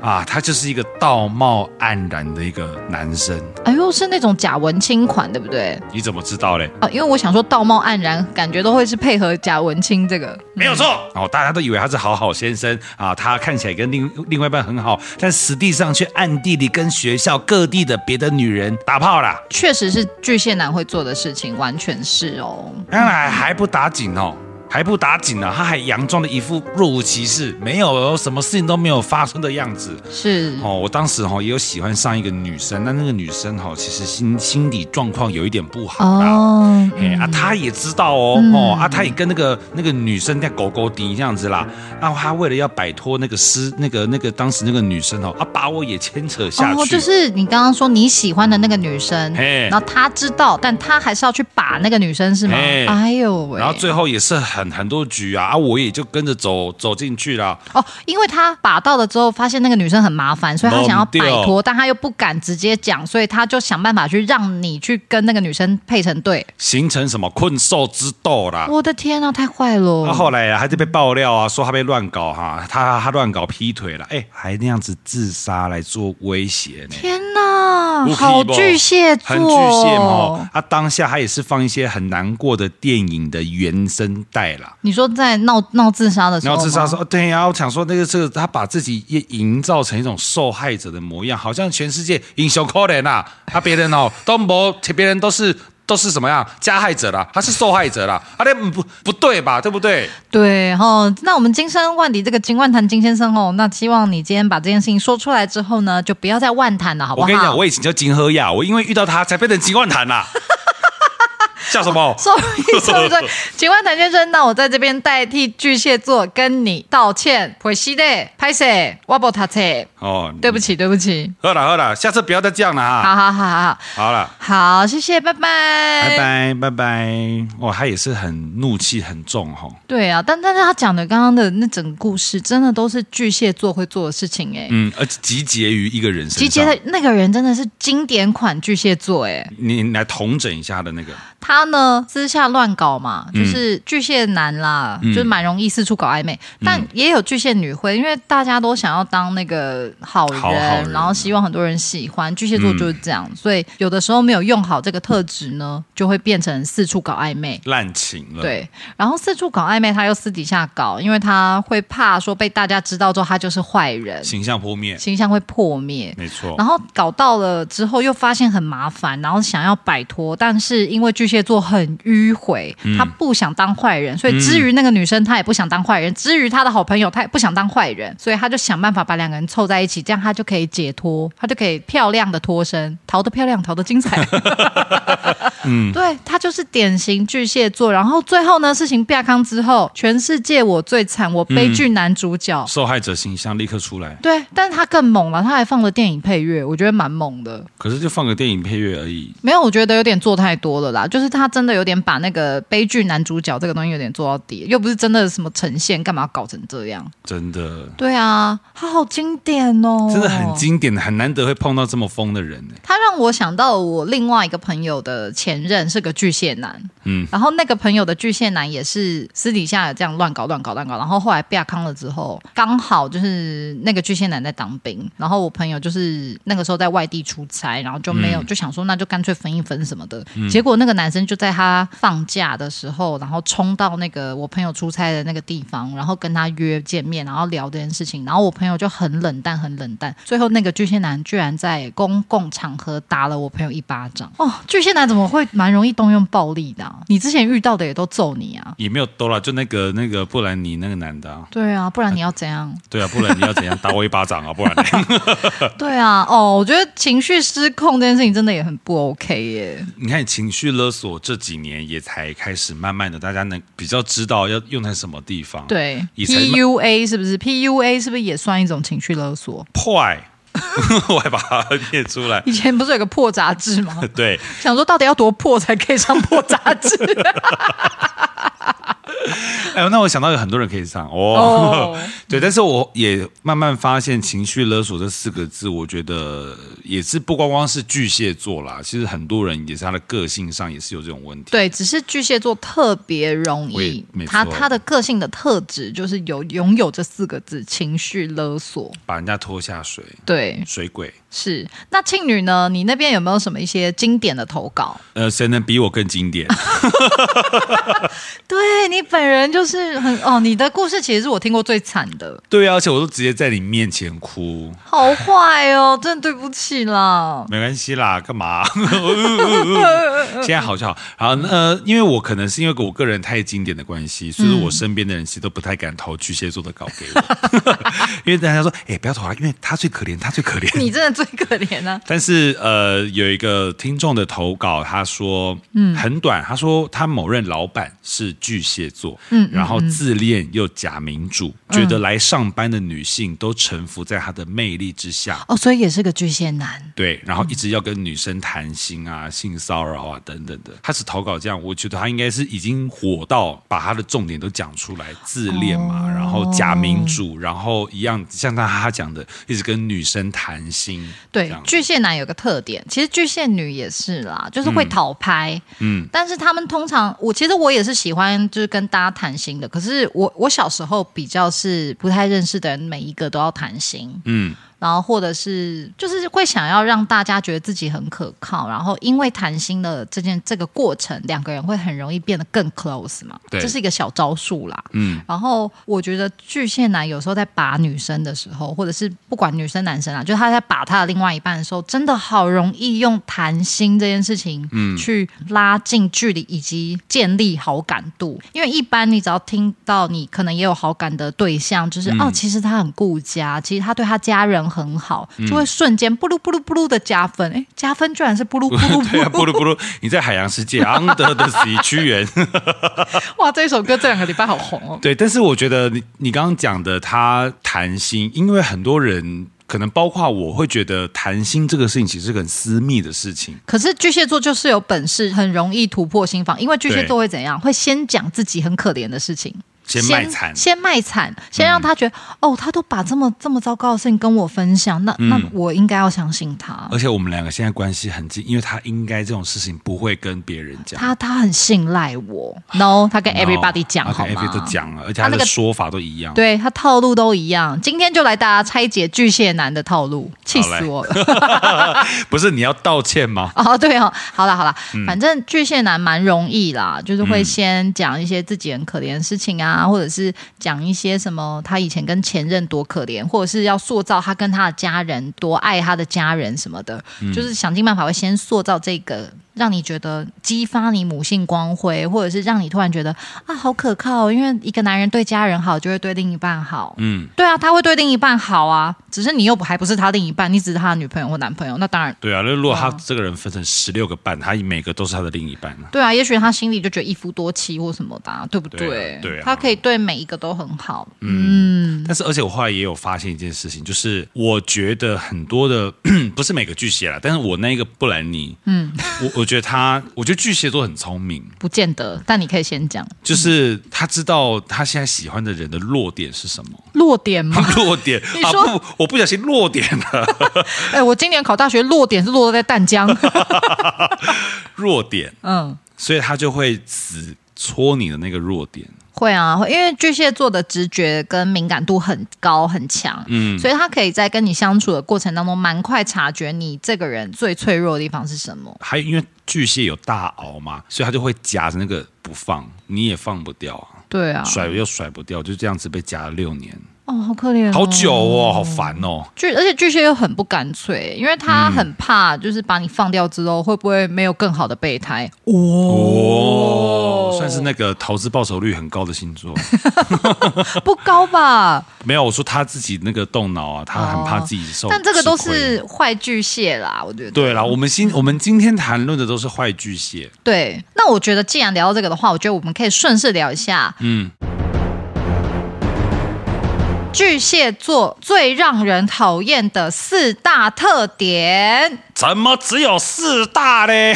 Speaker 3: 啊，他就是一个道貌岸然的一个男生，
Speaker 2: 哎呦，是那种假文青款，对不对？
Speaker 3: 你怎么知道嘞？
Speaker 2: 啊，因为我想说道貌岸然，感觉都会是配合假文青这个。
Speaker 3: 没有错哦，大家都以为他是好好先生啊，他看起来跟另另外一半很好，但实际上却暗地里跟学校各地的别的女人打炮啦。
Speaker 2: 确实是巨蟹男会做的事情，完全是哦。
Speaker 3: 当然还不打紧哦，还不打紧啊呢、他还佯装的一副若无其事，没有什么事情都没有发生的样子。
Speaker 2: 是，
Speaker 3: 哦，我当时哈也有喜欢上一个女生，但那个女生哈其实心心理状况有一点不好啦。
Speaker 2: 哦，
Speaker 3: 哎啊，他也知道哦，
Speaker 2: 嗯
Speaker 3: 哦啊，他也跟那个那个女生在狗狗迪这样子啦。
Speaker 2: 嗯
Speaker 3: 然后他为了要摆脱那个失那个那个当时那个女生哦，啊，把我也牵扯下去。
Speaker 2: 哦，就是你刚刚说你喜欢的那个女生，
Speaker 3: 嘿
Speaker 2: 然后她知道，但她还是要去把那个女生是吗
Speaker 3: 嘿？
Speaker 2: 哎呦喂！
Speaker 3: 然后最后也是很很多局啊，啊，我也就跟着走走进去啦。
Speaker 2: 哦，因为他把到了之后，发现那个女生很麻烦，所以他想要摆
Speaker 3: 弄
Speaker 2: 脱，
Speaker 3: 掉
Speaker 2: 但他又不敢直接讲，所以他就想办法去让你去跟那个女生配成对。
Speaker 3: 形成什么困兽之斗啦。
Speaker 2: 我的天啊，太坏了！
Speaker 3: 他后来啊还是被爆料啊，说他被乱搞哈、他他乱搞劈腿了，哎，还那样子自杀来做威胁呢。
Speaker 2: 天
Speaker 3: 无，
Speaker 2: 哪啊好
Speaker 3: 皮不
Speaker 2: 巨蟹座，
Speaker 3: 很巨蟹嘛哦，他、当下他也是放一些很难过的电影的原声带啦。
Speaker 2: 你说在闹闹自杀的时
Speaker 3: 然
Speaker 2: 候
Speaker 3: 后
Speaker 2: 吗，
Speaker 3: 自杀说，哦对呀、我想说那个这个，他把自己也营造成一种受害者的模样，好像全世界英雄可怜啊，啊别人 哦都没，别人都是都是什么样加害者啦，他是受害者啦，啊那不不对吧，对不对？
Speaker 2: 对哦，那我们金生万里这个金万谈金先生哦，那希望你今天把这件事情说出来之后呢，就不要再万谈了，好不
Speaker 3: 我
Speaker 2: 好？
Speaker 3: 跟你讲，我以前叫金喝亚，我因为遇到他才变成金万谈 啦，笑什么？
Speaker 2: sorry sorry sorry，请问谭先生，那我在这边代替巨蟹座跟你道歉，回西的拍谁？我不他册，
Speaker 3: 哦，
Speaker 2: 对不起对不起，
Speaker 3: 喝了喝了，下次不要再这样了哈。
Speaker 2: 好好好好
Speaker 3: 好了。
Speaker 2: 好，谢谢，拜拜
Speaker 3: 拜。拜拜拜！哇，他也是很怒气很重吼。
Speaker 2: 对啊，但但是他讲的刚刚的那整个故事，真的都是巨蟹座会做的事情哎、
Speaker 3: 嗯，而且集结于一个人身上。
Speaker 2: 集结的那个人真的是经典款巨蟹座哎、
Speaker 3: 你来统整一下的那个，
Speaker 2: 他呢私下乱搞嘛，
Speaker 3: 嗯
Speaker 2: 就是巨蟹男啦，就是蛮容易四处搞暧昧，
Speaker 3: 嗯
Speaker 2: 但也有巨蟹女会，因为大家都想要当那个好人，
Speaker 3: 好好人嗯
Speaker 2: 然后希望很多人喜欢，巨蟹座就是这样，所以有的时候没有用好这个特质呢，就会变成四处搞暧昧。
Speaker 3: 滥情了。，
Speaker 2: 对，然后四处搞暧昧，他又私底下搞，因为他会怕说被大家知道之后他就是坏人，
Speaker 3: 形象破灭，
Speaker 2: 形象会破灭。
Speaker 3: 没错。
Speaker 2: 然后搞到了之后又发现很麻烦，然后想要摆脱，但是因为巨蟹座很迂回，他不想当坏人，所以至于那个女生她也不想当坏人，至于他的好朋友他也不想当坏人，所以他就想办法把两个人凑在一起，这样他就可以解脱，他就可以漂亮的脱身，逃得漂亮，逃得精彩。对他就是典型巨蟹座，然后最后呢，事情变康之后，全世界我最惨，我悲剧男主角。
Speaker 3: 受害者形象立刻出来，
Speaker 2: 对，但是他更猛了，他还放了电影配乐，我觉得蛮猛的。
Speaker 3: 可是就放个电影配乐而已。
Speaker 2: 没有，我觉得有点做太多了啦，就是他真的有点把那个悲剧男主角这个东西有点做到底，又不是真的什么呈现，干嘛搞成这样？
Speaker 3: 真的，
Speaker 2: 对啊，他好经典哦，
Speaker 3: 真的很。经典的，很难得会碰到这么疯的人呢。
Speaker 2: 他让我想到我另外一个朋友的前任是个巨蟹男，
Speaker 3: 嗯
Speaker 2: 嗯，然后那个朋友的巨蟹男也是私底下这样乱搞乱搞乱搞，然后后来被他康了之后，刚好就是那个巨蟹男在当兵，然后我朋友就是那个时候在外地出差，然后就没有、就想说那就干脆分一分什么的，结果那个男生就在他放假的时候，然后冲到那个我朋友出差的那个地方，然后跟他约见面，然后聊这件事情，然后我朋友就很冷淡很冷淡，最后那个巨蟹男居然在公共场合打了我朋友一巴掌。哦，巨蟹男怎么会蛮容易动用暴力的啊、你之前遇到的也都揍你啊？
Speaker 3: 也没有多啦，就那个那个布兰妮那个男的、啊，
Speaker 2: 对啊，不然你要怎样？
Speaker 3: 对啊，不然你要怎样打我一巴掌啊？不然呢
Speaker 2: 对啊，哦，我觉得情绪失控这件事情真的也很不 OK 耶。
Speaker 3: 你看情绪勒索这几年也才开始慢慢的，大家能比较知道要用在什么地方。，
Speaker 2: 对
Speaker 3: 以前
Speaker 2: ，PUA 是不是？PUA 是不是也算一种情绪勒索？
Speaker 3: 坏， 我还把它念出来。
Speaker 2: 以前不是有个破杂志 吗？
Speaker 3: 对，
Speaker 2: 想说到底要多破才可以上破杂志？
Speaker 3: 哎呦，那我想到有很多人可以上哦。
Speaker 2: 哦
Speaker 3: 对，但是我也慢慢发现“情绪勒索”这四个字，我觉得也是不光光是巨蟹座啦，其实很多人也是他的个性上也是有这种问题。
Speaker 2: 对，只是巨蟹座特别容
Speaker 3: 我
Speaker 2: 易
Speaker 3: 也没，错
Speaker 2: 他他的个性的特质就是有拥有这四个字：情绪勒索。
Speaker 3: 把人家拖下水，
Speaker 2: 对，
Speaker 3: 水鬼，
Speaker 2: 是。那庆女呢？你那边有没有什么一些经典的投稿？
Speaker 3: 呃，谁能比我更经典？
Speaker 2: 对你本人就是很哦，你的故事其实是我听过最惨的，
Speaker 3: 对啊，而且我都直接在你面前哭，
Speaker 2: 好坏哦，真的对不起啦。
Speaker 3: 没关系啦，干 嘛？现在好就好。好，那呃，因为我可能是因为我个人太经典的关系，所以我身边的人其实都不太敢投巨蟹座的稿给 我，因为大家说，哎、不要投啊，因为他最可怜，他最可 怜。
Speaker 2: 你真的最可怜啊！
Speaker 3: 但是呃，有一个听众的投稿，他说，嗯，很短，他说他某任老板是巨蟹座，嗯，然后自恋又假民主，觉得来上班的女性都臣服在他的魅力之下，
Speaker 2: 哦，所以也是个巨蟹男。
Speaker 3: 对，然后一直要跟女生谈心啊、性骚扰啊等等的。他是投稿这样，我觉得他应该是已经火到把他的重点都讲出来，自恋嘛，然后假民主，然后一样像他他讲的，一直跟女生谈心。这
Speaker 2: 对
Speaker 3: 样，
Speaker 2: 巨蟹男有个特点，其实巨蟹女也是啦，就是会讨拍。嗯，但是他们通常，我其实我也是喜欢就是跟大家谈心的，可是我我小时候比较是不太认识的人，每一个都要谈心。
Speaker 3: 嗯，
Speaker 2: 然后或者是就是会想要让大家觉得自己很可靠，然后因为谈心的这件这个过程，两个人会很容易变得更 close 嘛，
Speaker 3: 对
Speaker 2: 这是一个小招数啦。
Speaker 3: 嗯，
Speaker 2: 然后我觉得巨蟹男有时候在把女生的时候，或者是不管女生男生啊，就是他在把他的另外一半的时候，真的好容易用谈心这件事情，嗯，去拉近距离以及建立好感度。因为一般你只要听到你可能也有好感的对象，就是、哦，其实他很顾家，其实他对他家人很好，就会瞬间布噜布噜布噜的加分。哎，加分居然是布噜布 噜
Speaker 3: 对啊，
Speaker 2: 布
Speaker 3: 布
Speaker 2: 噜
Speaker 3: 鲁布鲁，你在海洋世界 under the sea 屈原。
Speaker 2: 哇，这一首歌这两个礼拜好红哦。
Speaker 3: 对，但是我觉得你你刚刚讲的他谈心，因为很多人。可能包括我会觉得谈心这个事情其实是个很私密的事情，
Speaker 2: 可是巨蟹座就是有本事，很容易突破心防，因为巨蟹座会怎样？会先讲自己很可怜的事情。
Speaker 3: 先卖惨，嗯
Speaker 2: 先卖惨，先让他觉得、哦，他都把这么这么糟糕的事情跟我分享，那、那
Speaker 3: 嗯
Speaker 2: 我应该要相信他，
Speaker 3: 而且我们两个现在关系很近，因为他应该这种事情不会跟别人讲。
Speaker 2: 他他很信赖我。No，他跟 everybody 讲
Speaker 3: 他
Speaker 2: 好
Speaker 3: 跟
Speaker 2: 吗
Speaker 3: everybody 都讲了，而且
Speaker 2: 他
Speaker 3: 他
Speaker 2: 那
Speaker 3: 的
Speaker 2: 个
Speaker 3: 说法都一样。
Speaker 2: 对他套路都一样。今天就来大家拆解巨蟹男的套路，气
Speaker 3: 好
Speaker 2: 死
Speaker 3: 嘞
Speaker 2: 我了。
Speaker 3: 不是你要道歉吗？
Speaker 2: 哦，对哦，好啦好啦，反正巨蟹男蛮容易啦，就是会先讲一些自己很可怜的事情啊，或者是讲一些什么他以前跟前任多可怜，或者是要塑造他跟他的家人多爱他的家人什么的，就是想尽办法会先塑造这个。让你觉得激发你母性光辉，或者是让你突然觉得啊好可靠哦，因为一个男人对家人好，就会对另一半好。
Speaker 3: 嗯，
Speaker 2: 对啊，他会对另一半好啊，只是你又不还不是他另一半，你只是他的女朋友或男朋友，那当然
Speaker 3: 对啊，那如果他这个人分成十六个半，他每个都是他的另一半啊。
Speaker 2: 对啊，也许他心里就觉得一夫多妻或什么的、啊，对不对？
Speaker 3: 对啊对啊
Speaker 2: 他可以对每一个都很好。嗯，
Speaker 3: 但是，而且我后来也有发现一件事情，就是我觉得很多的 不是每个巨蟹啦，但是我那个布兰妮，嗯，我我觉得他，我觉得巨蟹座很聪明，
Speaker 2: 不见得，但你可以先讲
Speaker 3: 就是他知道他现在喜欢的人的弱点是什 么，
Speaker 2: 落点吗？
Speaker 3: 弱点
Speaker 2: 你
Speaker 3: 啊
Speaker 2: 说
Speaker 3: 不，我不小心弱点了，
Speaker 2: 哎、我今年考大学落点是落在淡 江。
Speaker 3: 弱点。
Speaker 2: 嗯，
Speaker 3: 所以他就会死戳你的那个弱点。
Speaker 2: 会啊，会因为巨蟹座的直觉跟敏感度很高很强，嗯，所以他可以在跟你相处的过程当中，蛮快察觉你这个人最脆弱的地方是什么。
Speaker 3: 还有因为巨蟹有大螯嘛，所以他就会夹着那个不放，你也放不掉啊，
Speaker 2: 对啊，
Speaker 3: 甩又甩不掉，就这样子被夹了六年，
Speaker 2: 哦，好可怜、哦，
Speaker 3: 好久哦，好烦哦。
Speaker 2: 巨，而且巨蟹又很不干脆，因为
Speaker 3: 嗯
Speaker 2: 他很怕，就是把你放掉之后，会不会没有更好的备胎？
Speaker 3: 哦，算是那个投资报酬率很高的星 座。
Speaker 2: 不高吧？
Speaker 3: 没有，我说他自己那个动脑啊，他很怕自己受。
Speaker 2: 哦但这个都
Speaker 3: 吃亏
Speaker 2: 是坏巨蟹啦，我觉得。
Speaker 3: 对啦，我们 今我们今天谈论的都是坏巨蟹。
Speaker 2: 对，那我觉得既然聊到这个的话，我觉得我们可以顺势聊一下，
Speaker 3: 嗯，
Speaker 2: 巨蟹座最让人讨厌的四大特点。
Speaker 3: 怎么只有四大嘞？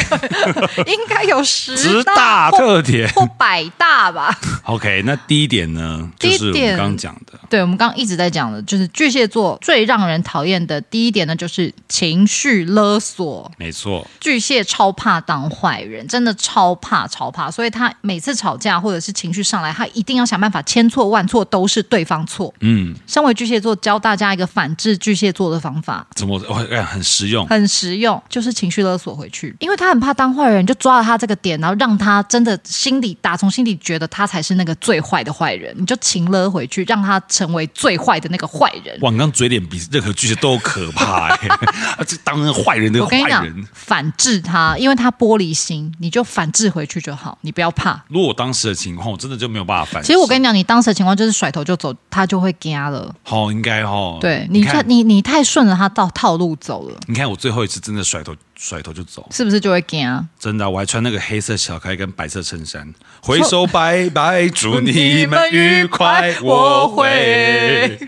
Speaker 2: 应该有 十
Speaker 3: 十大
Speaker 2: 或
Speaker 3: 特点
Speaker 2: 或百大吧。
Speaker 3: OK，那第一点呢，
Speaker 2: 第
Speaker 3: 就
Speaker 2: 一
Speaker 3: 是我们
Speaker 2: 点
Speaker 3: 刚刚讲的，
Speaker 2: 对，我们刚刚一直在讲的，就是巨蟹座最让人讨厌的第一点呢，就是情绪勒索。
Speaker 3: 没错，
Speaker 2: 巨蟹超怕当坏人，真的超怕超怕，所以他每次吵架或者是情绪上来，他一定要想办法千错万错都是对方错。
Speaker 3: 嗯，
Speaker 2: 身为巨蟹座，教大家一个反制巨蟹座的方法。
Speaker 3: 怎么哇，哎很实用，
Speaker 2: 很实用，就是情绪勒索回去，因为他很怕当坏人，就抓了他这个点，然后让他真的心里打从心里觉得他才是那个最坏的坏人，你就情勒回去，让他成为最坏的那个坏人。
Speaker 3: 哇，你刚嘴脸比任何巨蟹都可怕、欸，啊 这当然坏人的
Speaker 2: 我跟你
Speaker 3: 坏
Speaker 2: 讲
Speaker 3: 人。，
Speaker 2: 反制他，因为他玻璃心，你就反制回去就好，你不要怕。
Speaker 3: 如果我当时的情况，我真的就没有办法反省。
Speaker 2: 其实我跟你讲，你当时的情况就是甩头就走，他就会嘎了。
Speaker 3: 好、应该哦，
Speaker 2: 对
Speaker 3: 你
Speaker 2: 你
Speaker 3: 看
Speaker 2: 看，你你太顺着他到套路走了，
Speaker 3: 你看我最后一次真的甩头甩头就走，
Speaker 2: 是不是就会嘎？
Speaker 3: 真的啊、我还穿那个黑色小开跟白色衬衫，挥手拜拜，祝你们愉快，我会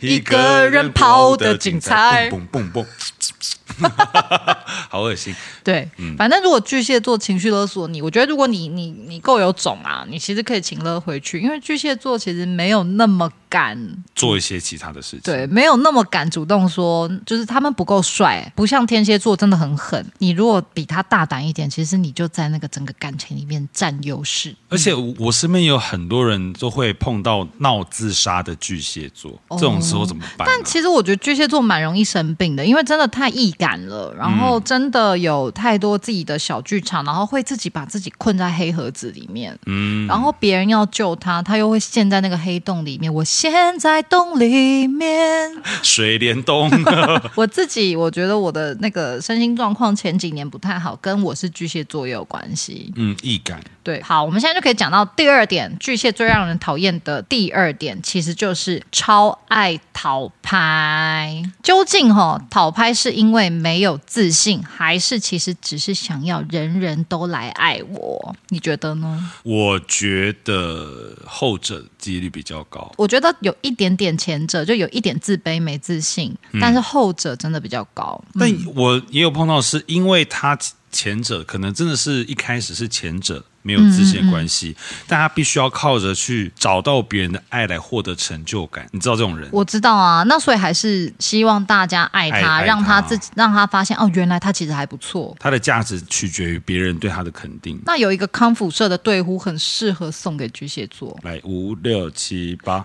Speaker 2: 一个人跑得精彩
Speaker 3: 蹦蹦蹦， 好恶心。
Speaker 2: 对，反正如果巨蟹座情绪勒索你，我觉得如果你你你够有种啊，你其实可以情勒回去，因为巨蟹座其实没有那么敢，
Speaker 3: 做一些其他的事情，
Speaker 2: 对，，没有那么敢主动说，就是他们不够帅，不像天蝎座真的很狠。你如果比他大胆一点，其实你就在那个整个感情里面占优势。
Speaker 3: 而且我我身边有很多人都会碰到闹自杀的巨蟹座，这种时候怎么办、啊？
Speaker 2: 但其实我觉得巨蟹座蛮容易生病的，因为真的太易感了，然后真的有太多自己的小剧场，然后会自己把自己困在黑盒子里面，嗯，然后别人要救他，他又会陷在那个黑洞里面。我陷在洞里面，
Speaker 3: 水帘洞
Speaker 2: 我自己我觉得我的那个身心状况前几年不太好，跟我是巨蟹座也有关系。
Speaker 3: 嗯，易感
Speaker 2: 对，好，我们现在就可以讲到第二点，巨蟹最让人讨厌的第二点，其实就是超爱讨拍。究竟哈、讨拍是因为没有自信，还是其实只是想要人人都来爱我？你觉得呢？
Speaker 3: 我觉得后者几率比较高。
Speaker 2: 我觉得有一点点前者，就有一点自卑、没自信，但是后者真的比较高。
Speaker 3: 但我也有碰到，是因为他前者可能真的是一开始是前者没有自信的关系，但他必须要靠着去找到别人的爱来获得成就感。你知道这种人，
Speaker 2: 我知道啊，那所以还是希望大家爱他，
Speaker 3: 爱爱
Speaker 2: 让他
Speaker 3: 他
Speaker 2: 自己让他发现哦，原来他其实还不错。
Speaker 3: 他的价值取决于别人对他的肯定。
Speaker 2: 那有一个康复社的队呼很适合送给巨蟹座。
Speaker 3: 来，五六七八，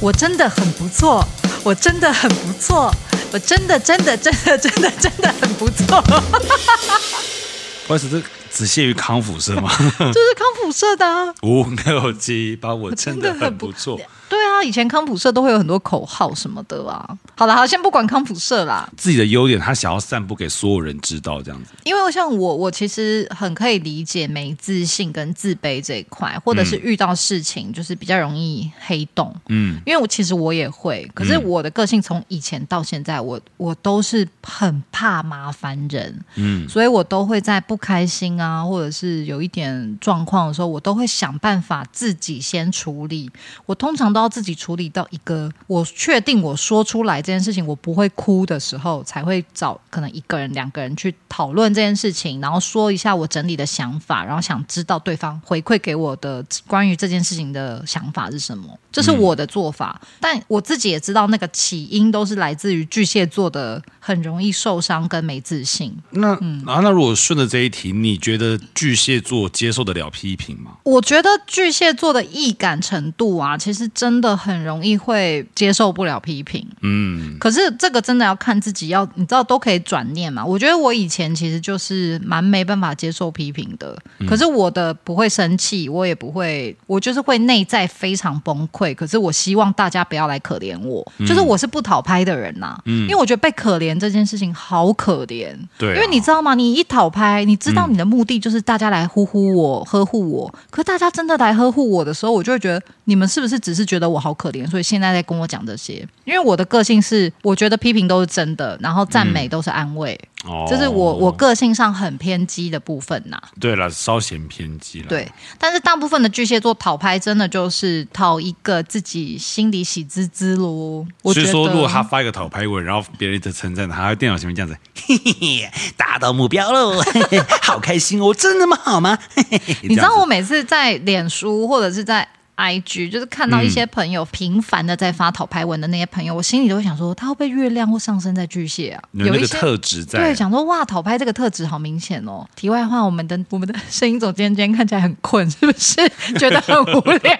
Speaker 2: 我真的很不错，我真的很不错，我真的真的真的真的真的很不错，
Speaker 3: 不好意思，这只限于康复 社吗？
Speaker 2: 就是康复社的、啊。
Speaker 3: 五六七八，我真的很不错。
Speaker 2: 对啊，以前康复社都会有很多口号什么的啊。好了，好，先不管康复社啦，
Speaker 3: 自己的优点，他想要散布给所有人知道，这样子。
Speaker 2: 因为像我，我其实很可以理解没自信跟自卑这一块，或者是遇到事情就是比较容易黑洞。
Speaker 3: 嗯，
Speaker 2: 因为我其实我也会，可是我的个性从以前到现在，我我都是很怕麻烦人，嗯，所以我都会在不开心啊，或者是有一点状况的时候，我都会想办法自己先处理。我通常都要自己处理到一个我确定我说出来这件事情，我不会哭的时候，才会找可能一个人、两个人去讨论这件事情，然后说一下我整理的想法，然后想知道对方回馈给我的关于这件事情的想法是什么，这是我的做法。但我自己也知道，那个起因都是来自于巨蟹座的很容易受伤跟没自信。
Speaker 3: 那、啊，那如果顺着这一题，你觉得巨蟹座接受得了批评吗？
Speaker 2: 我觉得巨蟹座的易感程度啊，其实真的很容易会接受不了批评。
Speaker 3: 嗯，
Speaker 2: 可是这个真的要看自己要，你知道都可以转念嘛。我觉得我以前其实就是蛮没办法接受批评的，可是我的不会生气，我也不会，我就是会内在非常崩溃。可是我希望大家不要来可怜我，就是我是不讨拍的人呐、因为我觉得被可怜这件事情好可怜。
Speaker 3: 对啊
Speaker 2: 因为你知道吗？你一讨拍，你知道你的目的就是大家来呼呼我、呵护我，可大家真的来呵护我的时候，我就会觉得你们是不是只是觉得我好可怜，所以现在在跟我讲这些。因为我的个性是，我觉得批评都是真的，然后赞美都是安慰，
Speaker 3: 嗯哦
Speaker 2: 这是我我个性上很偏激的部分呐、
Speaker 3: 对了，稍显偏激了。
Speaker 2: 对，但是大部分的巨蟹座讨拍真的就是讨一个自己心里喜滋滋喽。我
Speaker 3: 所以
Speaker 2: 觉
Speaker 3: 说，
Speaker 2: 得
Speaker 3: 如果他发一个讨拍文，然后别人一直称赞他，他在电脑前面这样子， 嘿嘿嘿，达到目标喽， 嘿嘿好开心哦！真那么好吗？ 嘿嘿嘿
Speaker 2: 你知
Speaker 3: 这样
Speaker 2: 道
Speaker 3: 子
Speaker 2: 我每次在脸书或者是在 IG，就是看到一
Speaker 3: 嗯
Speaker 2: 些朋友频繁的在发讨拍文的那些朋友，我心里都会想说，他会不会月亮或上升在巨蟹啊？
Speaker 3: 有那
Speaker 2: 一
Speaker 3: 个
Speaker 2: 些
Speaker 3: 特质在，啊
Speaker 2: 对，想说哇，讨拍这个特质好明显哦。题外话，我们的我们的声音总监今天看起来很困，是不是觉得很无聊？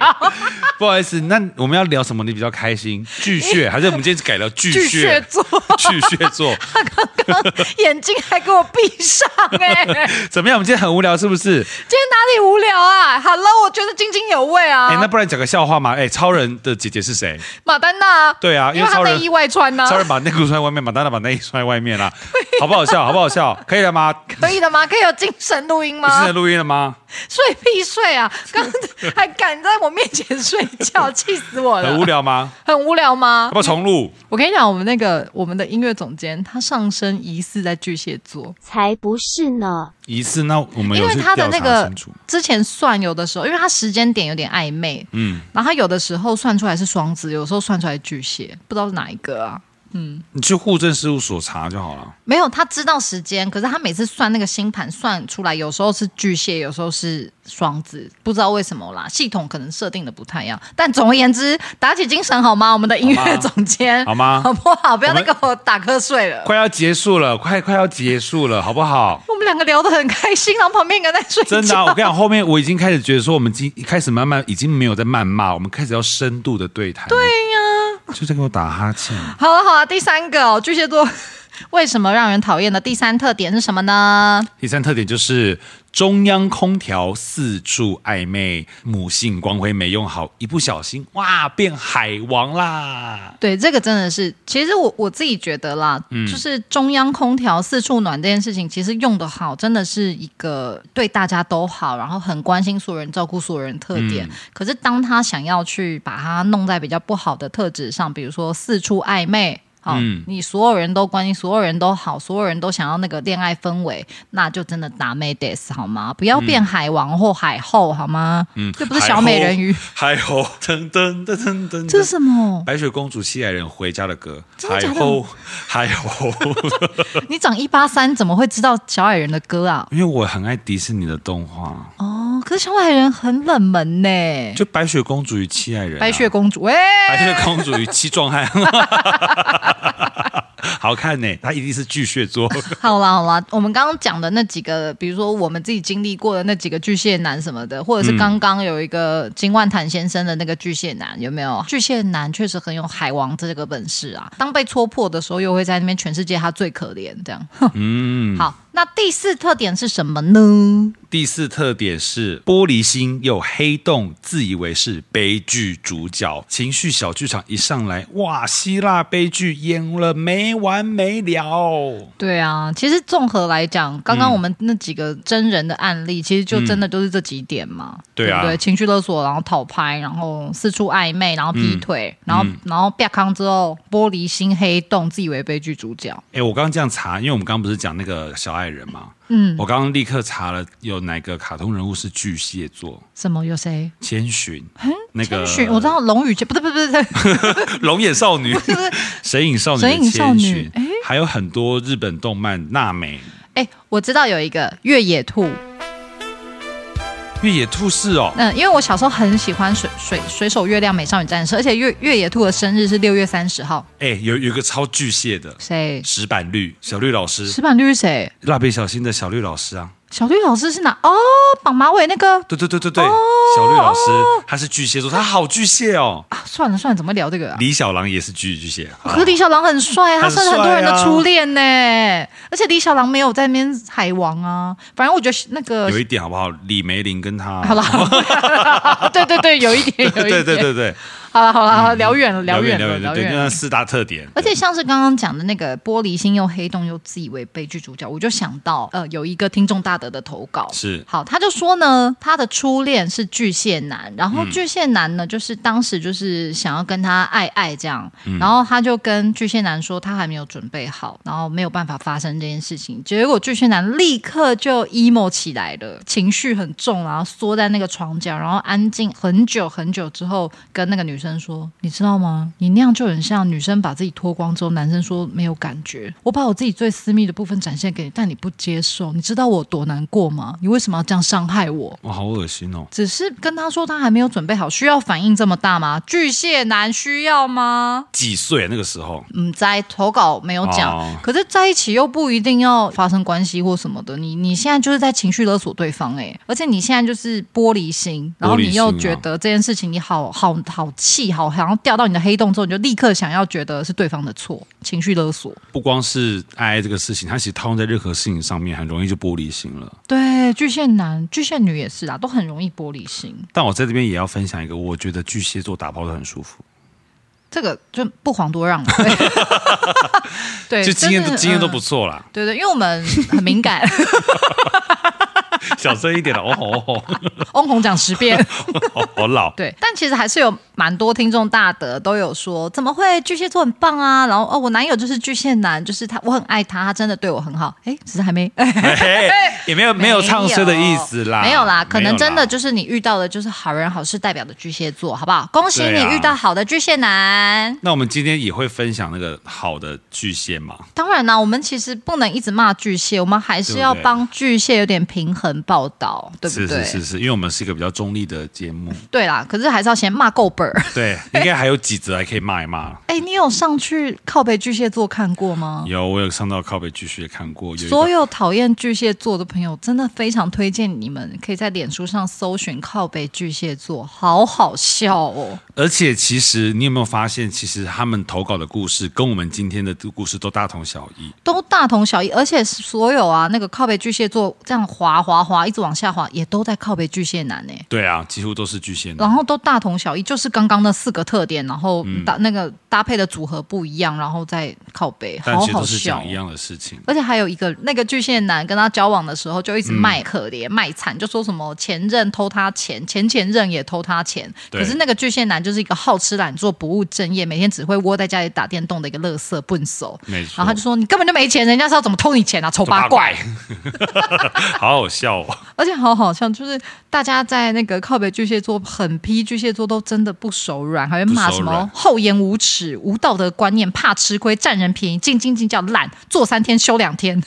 Speaker 3: 不好意思，那我们要聊什么？你比较开心？ 巨蟹，还是我们今天改聊 巨
Speaker 2: 巨蟹
Speaker 3: 蟹？
Speaker 2: 座
Speaker 3: 巨蟹座
Speaker 2: 眼睛还给我闭上哎、
Speaker 3: 怎么样？我们今天很无聊，是不是？
Speaker 2: 今天哪里无聊啊？好了，我觉得津津有味啊。
Speaker 3: 哎，那不然讲个笑话嘛？哎，超人的姐姐是谁？
Speaker 2: 马丹娜啊，
Speaker 3: 对啊，
Speaker 2: 因
Speaker 3: 为
Speaker 2: 她
Speaker 3: 超
Speaker 2: 内
Speaker 3: 人
Speaker 2: 衣外穿啊呢、
Speaker 3: 超人把内裤穿在外面，马丹娜把内衣穿在外面啦，好不好笑？好不好笑？可以了吗？
Speaker 2: 可以的吗？可以有精神录音
Speaker 3: 你现
Speaker 2: 吗
Speaker 3: 在？录音了吗？
Speaker 2: 睡屁睡啊！刚还敢在我面前睡 觉，气死我了！
Speaker 3: 很无，聊吗？
Speaker 2: 很无聊吗
Speaker 3: 要不？要重录？
Speaker 2: 我跟你讲，我们那个我们的音乐总监，他上身疑似在巨蟹座，
Speaker 4: 才不是呢！
Speaker 3: 一次，那我们
Speaker 2: 因
Speaker 3: 有
Speaker 2: 为
Speaker 3: 去
Speaker 2: 他的
Speaker 3: 调
Speaker 2: 那
Speaker 3: 查
Speaker 2: 个
Speaker 3: 清楚。
Speaker 2: 之前算有的时候，因为他时间点有点暧昧，嗯，然后他有的时候算出来是双子，有时候算出来巨蟹，不知道是哪一个啊。
Speaker 3: 你去户政事务所查就好了。
Speaker 2: 没有，他知道时间，可是他每次算那个星盘算出来，有时候是巨蟹，有时候是双子，不知道为什么啦，系统可能设定的不太一样。但总而言之，打起精神好吗？我们的音
Speaker 3: 好吗
Speaker 2: 乐总监
Speaker 3: 好吗
Speaker 2: 好不好？不要再
Speaker 3: 我
Speaker 2: 给
Speaker 3: 们
Speaker 2: 我打瞌睡了。
Speaker 3: 快要结束了，快快要结束了，好不好？
Speaker 2: 我们两个聊得很开心，然后旁边一个在睡觉。
Speaker 3: 真的啊、我跟你讲，后面我已经开始觉得说，我们今一开始慢慢已经没有在谩骂，我们开始要深度的对谈。对呀、就在给我打哈欠。
Speaker 2: 好了好了，第三个哦，巨蟹座为什么让人讨厌的第三特点是什么呢？
Speaker 3: 第三特点就是中央空调四处暧昧，母性光辉没用好，一不小心哇变海王啦！
Speaker 2: 对，这个真的是，其实我我自己觉得啦，就是中央空调四处暖这件事情，其实用的好，真的是一个对大家都好，然后很关心所有人、照顾所有人的特点。可是当他想要去把它弄在比较不好的特质上，比如说四处暧昧。好，你所有人都关心，所有人都好，所有人都想要那个恋爱氛围，那就真的打妹 des 好吗？不要变海王或海后好吗？嗯，这不是小美人鱼，
Speaker 3: 海后，海后噔噔噔噔噔，
Speaker 2: 这是什么？
Speaker 3: 白雪公主七矮人回家的歌，
Speaker 2: 哦真的
Speaker 3: 海
Speaker 2: 假的
Speaker 3: 后， 海后，
Speaker 2: 你长一八三怎么会知道小矮人的歌啊？
Speaker 3: 因为我很爱迪士尼的动画，
Speaker 2: 哦，可是小矮人很冷门呢、
Speaker 3: 就白雪公主与七矮人、啊，
Speaker 2: 白雪公主，哎喂、
Speaker 3: 白雪公主与七壮汉，啊 好看呢、他一定是巨蟹座。
Speaker 2: 好啦好啦，我们刚刚讲的那几个，比如说我们自己经历过的那几个巨蟹男什么的，或者
Speaker 3: 嗯
Speaker 2: 是刚刚有一个金万坦先生的那个巨蟹男，有没有？巨蟹男确实很有海王这个本事啊，当被戳破的时候，又会在那边全世界他最可怜这样。嗯，好，那第四特点是什么呢？
Speaker 3: 第四特点是玻璃心又黑洞，自以为是悲剧主角，情绪小剧场一上来，哇，希腊悲剧演了没完没了。
Speaker 2: 对啊，其实综合来讲，刚刚我们那几个真人的案例，其实就真的就是这几点嘛，
Speaker 3: 对啊
Speaker 2: 不对？情绪勒索，然后讨拍，然后四处暧昧，然后劈
Speaker 3: 嗯
Speaker 2: 腿，然后、然后啪康之后，玻璃心黑洞，自以为悲剧主角。
Speaker 3: 哎，我刚刚这样查，因为我们刚刚不是讲那个小矮人嘛，嗯，我刚刚立刻查了有哪个卡通人物是巨蟹座，
Speaker 2: 什么有谁？
Speaker 3: 千寻，那个
Speaker 2: 哎千寻，我知道龙与千，不对不对不对，不
Speaker 3: 龙眼少女、
Speaker 2: 对不 对，
Speaker 3: 神隐少女
Speaker 2: 神
Speaker 3: 的
Speaker 2: 隐少
Speaker 3: 千
Speaker 2: 女
Speaker 3: 寻
Speaker 2: 哎，
Speaker 3: 还有很多日本动漫娜美。
Speaker 2: 哎，我知道有一个越野兔，
Speaker 3: 越野兔是哦，
Speaker 2: 嗯，因为我小时候很喜欢水水水手月亮美少女战士，而且越越野兔的生日是六月三十号，
Speaker 3: 哎，有有一个超巨蟹的
Speaker 2: 谁？
Speaker 3: 石板绿小绿老师，
Speaker 2: 石板绿是谁？
Speaker 3: 蜡笔小新的小绿老师啊，
Speaker 2: 小绿老师是哪？哦，绑马尾那个。
Speaker 3: 对对对对
Speaker 2: 哦
Speaker 3: 对，小绿老师他是巨蟹座，他好巨蟹哦。
Speaker 2: 啊算了算了，怎么会聊这个啊？
Speaker 3: 李小狼也是巨巨蟹，
Speaker 2: 可是李小狼很帅，他
Speaker 3: 很
Speaker 2: 算
Speaker 3: 帅啊
Speaker 2: 是很多人的初恋呢、而且李小狼没有在那边海王啊，反正我觉得那个
Speaker 3: 有一 点好不好？李梅林跟他，
Speaker 2: 好了，对对对，有一点，有一
Speaker 3: 对对
Speaker 2: 点。
Speaker 3: 对对对，
Speaker 2: 好了好了，聊远了，
Speaker 3: 聊
Speaker 2: 远
Speaker 3: 聊
Speaker 2: 了，
Speaker 3: 远了，
Speaker 2: 聊
Speaker 3: 对，
Speaker 2: 远
Speaker 3: 那
Speaker 2: 了。
Speaker 3: 四大特点。
Speaker 2: 而且像是刚刚讲的那个玻璃心又黑洞又自以为悲剧主角，我就想到呃有一个听众大德的投稿
Speaker 3: 是
Speaker 2: 好，他就说呢，他的初恋是巨蟹男，然后巨蟹男呢，就是当时就是想要跟他爱爱这样，然后他就跟巨蟹男说他还没有准备好，然后没有办法发生这件事情，结果巨蟹男立刻就 emo 起来了，情绪很重，然后缩在那个床角，然后安静很久很久之后，跟那个女生说，你知道吗？你那样就很像女生把自己脱光之后，男生说没有感觉，我把我自己最私密的部分展现给你，但你不接受，你知道我有多难过吗？你为什么要这样伤害我？
Speaker 3: 哇，好恶心哦！
Speaker 2: 只是跟他说他还没有准备好，需要反应这么大吗？巨蟹男需要吗？
Speaker 3: 几岁啊那个时候？
Speaker 2: 嗯，在投稿没有讲，
Speaker 3: 哦
Speaker 2: 可是在一起又不一定要发生关系或什么的。你你现在就是在情绪勒索对方哎、而且你现在就是玻璃心，然后
Speaker 3: 玻璃
Speaker 2: 你
Speaker 3: 心啊
Speaker 2: 又觉得这件事情你好好好气，好好像掉到你的黑洞之后，你就立刻想要觉得是对方的错，情绪勒索。
Speaker 3: 不光是爱这个事情，它其实套用在任何事情上面，很容易就玻璃心了。
Speaker 2: 对，巨蟹男、巨蟹女也是啊，都很容易玻璃心。
Speaker 3: 但我在这边也要分享一个，我觉得巨蟹座打炮都很舒服，
Speaker 2: 这个就不遑多 让了。对对，
Speaker 3: 就经验都
Speaker 2: 真是
Speaker 3: 经验都不
Speaker 2: 嗯。
Speaker 3: 错啦
Speaker 2: 对对，因为我们很 敏感，嗯
Speaker 3: 小声一点啦，哦吼吼，
Speaker 2: 翁虹讲十遍。
Speaker 3: 好好 老。
Speaker 2: 对，但其实还是有蛮多听众大德都有说，怎么会巨蟹座很棒啊？然后哦，我男友就是巨蟹男，就是他，我很爱他，他真的对我很好。哎，只是还没，
Speaker 3: 嘿嘿也 没有没有唱衰的意思啦，
Speaker 2: 没有啦，可能真的
Speaker 3: 没有啦
Speaker 2: 就是你遇到的就是好人好事代表的巨蟹座，好不好？恭喜
Speaker 3: 对
Speaker 2: 你
Speaker 3: 啊
Speaker 2: 遇到好的巨蟹男。
Speaker 3: 那我们今天也会分享那个好的巨蟹嘛？
Speaker 2: 当然啦，我们其实不能一直骂巨蟹，我们还是要
Speaker 3: 对不对
Speaker 2: 帮巨蟹有点平衡报道，对不
Speaker 3: 是
Speaker 2: 对？
Speaker 3: 是是是，因为我们是一个比较中立的节目，
Speaker 2: 对啦，可是还是要先骂够本儿。
Speaker 3: 对，应该还有几则还可以骂一骂。
Speaker 2: 哎，你有上去靠北巨蟹座看过吗？
Speaker 3: 有，我有上到靠北巨蟹看过，有一个
Speaker 2: 所有讨厌巨蟹座的朋友，真的非常推荐你们可以在脸书上搜寻靠北巨蟹座，好好笑哦！
Speaker 3: 而且其实你有没有发现，其实他们投稿的故事跟我们今天的故事都大同小异。
Speaker 2: 都大同小异，而且所有啊那个靠北巨蟹座这样滑滑滑一直往下滑，也都在靠北巨蟹男呢、
Speaker 3: 对啊，几乎都是巨蟹
Speaker 2: 然
Speaker 3: 男。
Speaker 2: 后都大同小异，就是刚刚那四个特点，然后
Speaker 3: 嗯
Speaker 2: 搭、那个搭配的组合不一样，然后再靠北，
Speaker 3: 但
Speaker 2: 好
Speaker 3: 其实
Speaker 2: 好
Speaker 3: 都是
Speaker 2: 笑
Speaker 3: 讲一
Speaker 2: 哦。
Speaker 3: 样的事情。
Speaker 2: 而且还有一个那个巨蟹男跟他交往的时候，就一直卖
Speaker 3: 嗯
Speaker 2: 可怜、卖惨，就说什么前任偷他钱，前前任也偷他钱。
Speaker 3: 对
Speaker 2: 可是那个巨蟹男就是一个好吃懒做、不务正业，每天只会窝在家里打电动的一个乐色笨手。
Speaker 3: 没错
Speaker 2: 然后哦他就说：“你根本就没钱，人家是要怎么偷你钱啊？丑八怪！”，
Speaker 3: 好好笑哦。
Speaker 2: 而且好好笑，就是大家在那个靠北巨蟹座狠批巨蟹座都真的不手软，还会骂
Speaker 3: 不手
Speaker 2: 什么
Speaker 3: 软
Speaker 2: 厚颜无耻、无道德观念、怕吃亏、占人便宜、斤斤计较、懒，做三天休两天。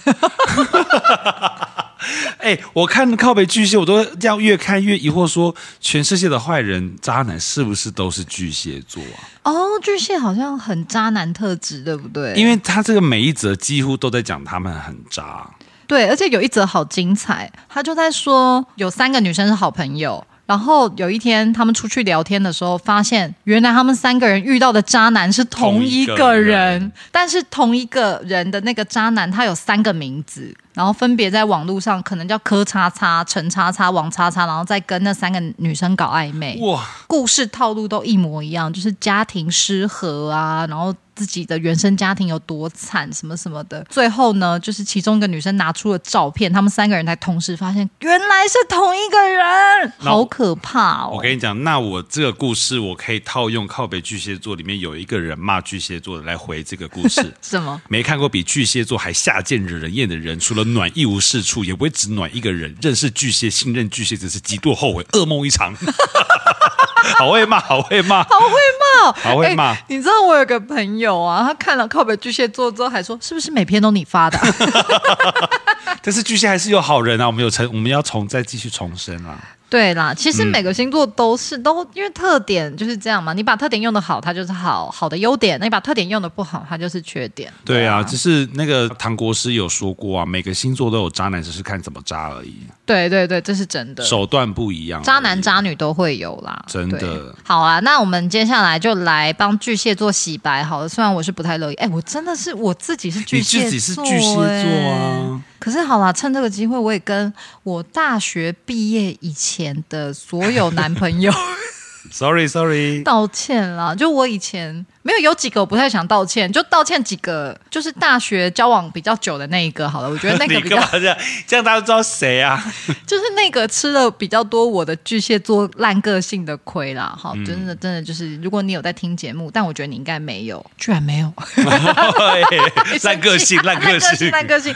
Speaker 3: 哎，我看靠北巨蟹，我都这样越看越疑惑说，全世界的坏人、渣男是不是都是巨蟹座啊？
Speaker 2: 哦，巨蟹好像很渣男特质，对不对？
Speaker 3: 因为他这个每一则几乎都在讲他们很渣。
Speaker 2: 对，而且有一则好精彩，他就在说有三个女生是好朋友。然后有一天，他们出去聊天的时候，发现原来他们三个人遇到的渣男是同一个
Speaker 3: 同一个
Speaker 2: 人，
Speaker 3: 人
Speaker 2: 但是同一个人的那个渣男，他有三个名字，然后分别在网络上可能叫柯叉叉、陈叉叉、王叉叉，然后再跟那三个女生搞暧昧。
Speaker 3: 哇，
Speaker 2: 故事套路都一模一样，就是家庭失和啊，然后自己的原生家庭有多惨，什么什么的。最后呢，就是其中一个女生拿出了照片，他们三个人才同时发现原来是同一个人，
Speaker 3: 那我
Speaker 2: 好可怕
Speaker 3: 我
Speaker 2: 哦！
Speaker 3: 跟你讲，那我这个故事我可以套用靠北巨蟹座里面有一个人骂巨蟹座的来回这个故 事。
Speaker 2: 什么？
Speaker 3: 没看过比巨蟹座还下贱惹人厌的人，除了暖一无是处，也不会只暖一个人。认识巨蟹，信任巨蟹，只是极度后悔，噩梦一 场。 好会骂，好会骂，
Speaker 2: 好会骂哦，
Speaker 3: 好会骂
Speaker 2: 哎你知道我有个朋友啊，他看了靠北巨蟹座之后，还说是不是每篇都你发 的啊、
Speaker 3: 但是巨蟹还是有好人啊，我们有成，我们要重再继续重生啊。
Speaker 2: 对啦，其实每个星座都是、都因为特点就是这样嘛，你把特点用的好，它就是好好的优点；那你把特点用的不好，它就是缺点。
Speaker 3: 对啊，只是那个唐国师有说过啊，每个星座都有渣男，只是看怎么渣而已，
Speaker 2: 对对对，这是真的。
Speaker 3: 手段不一样而已。
Speaker 2: 渣男渣女都会有啦，
Speaker 3: 真的
Speaker 2: 对。好啊，那我们接下来就来帮巨蟹座洗白好了。虽然我是不太乐意，哎，我真的是我自己是巨蟹座、
Speaker 3: 你自己是巨蟹座啊
Speaker 2: 哎。可是好啦，趁这个机会，我也跟我大学毕业以前的所有男朋友
Speaker 3: Sorry Sorry，
Speaker 2: 道歉啦，就我以前没有有几个我不太想道歉，就道歉几个，就是大学交往比较久的那一个好了，我觉得那 个
Speaker 3: 你
Speaker 2: 比
Speaker 3: 干
Speaker 2: 较
Speaker 3: 嘛这样？这样大家都知道谁 啊？
Speaker 2: 就是那个吃了比较多我的巨蟹座烂个性的亏啦，好，
Speaker 3: 嗯
Speaker 2: 真的真的就是，如果你有在听节目，但我觉得你应该没有， 居然没有，
Speaker 3: 对 烂个 性，烂个性，嗯
Speaker 2: 烂个性。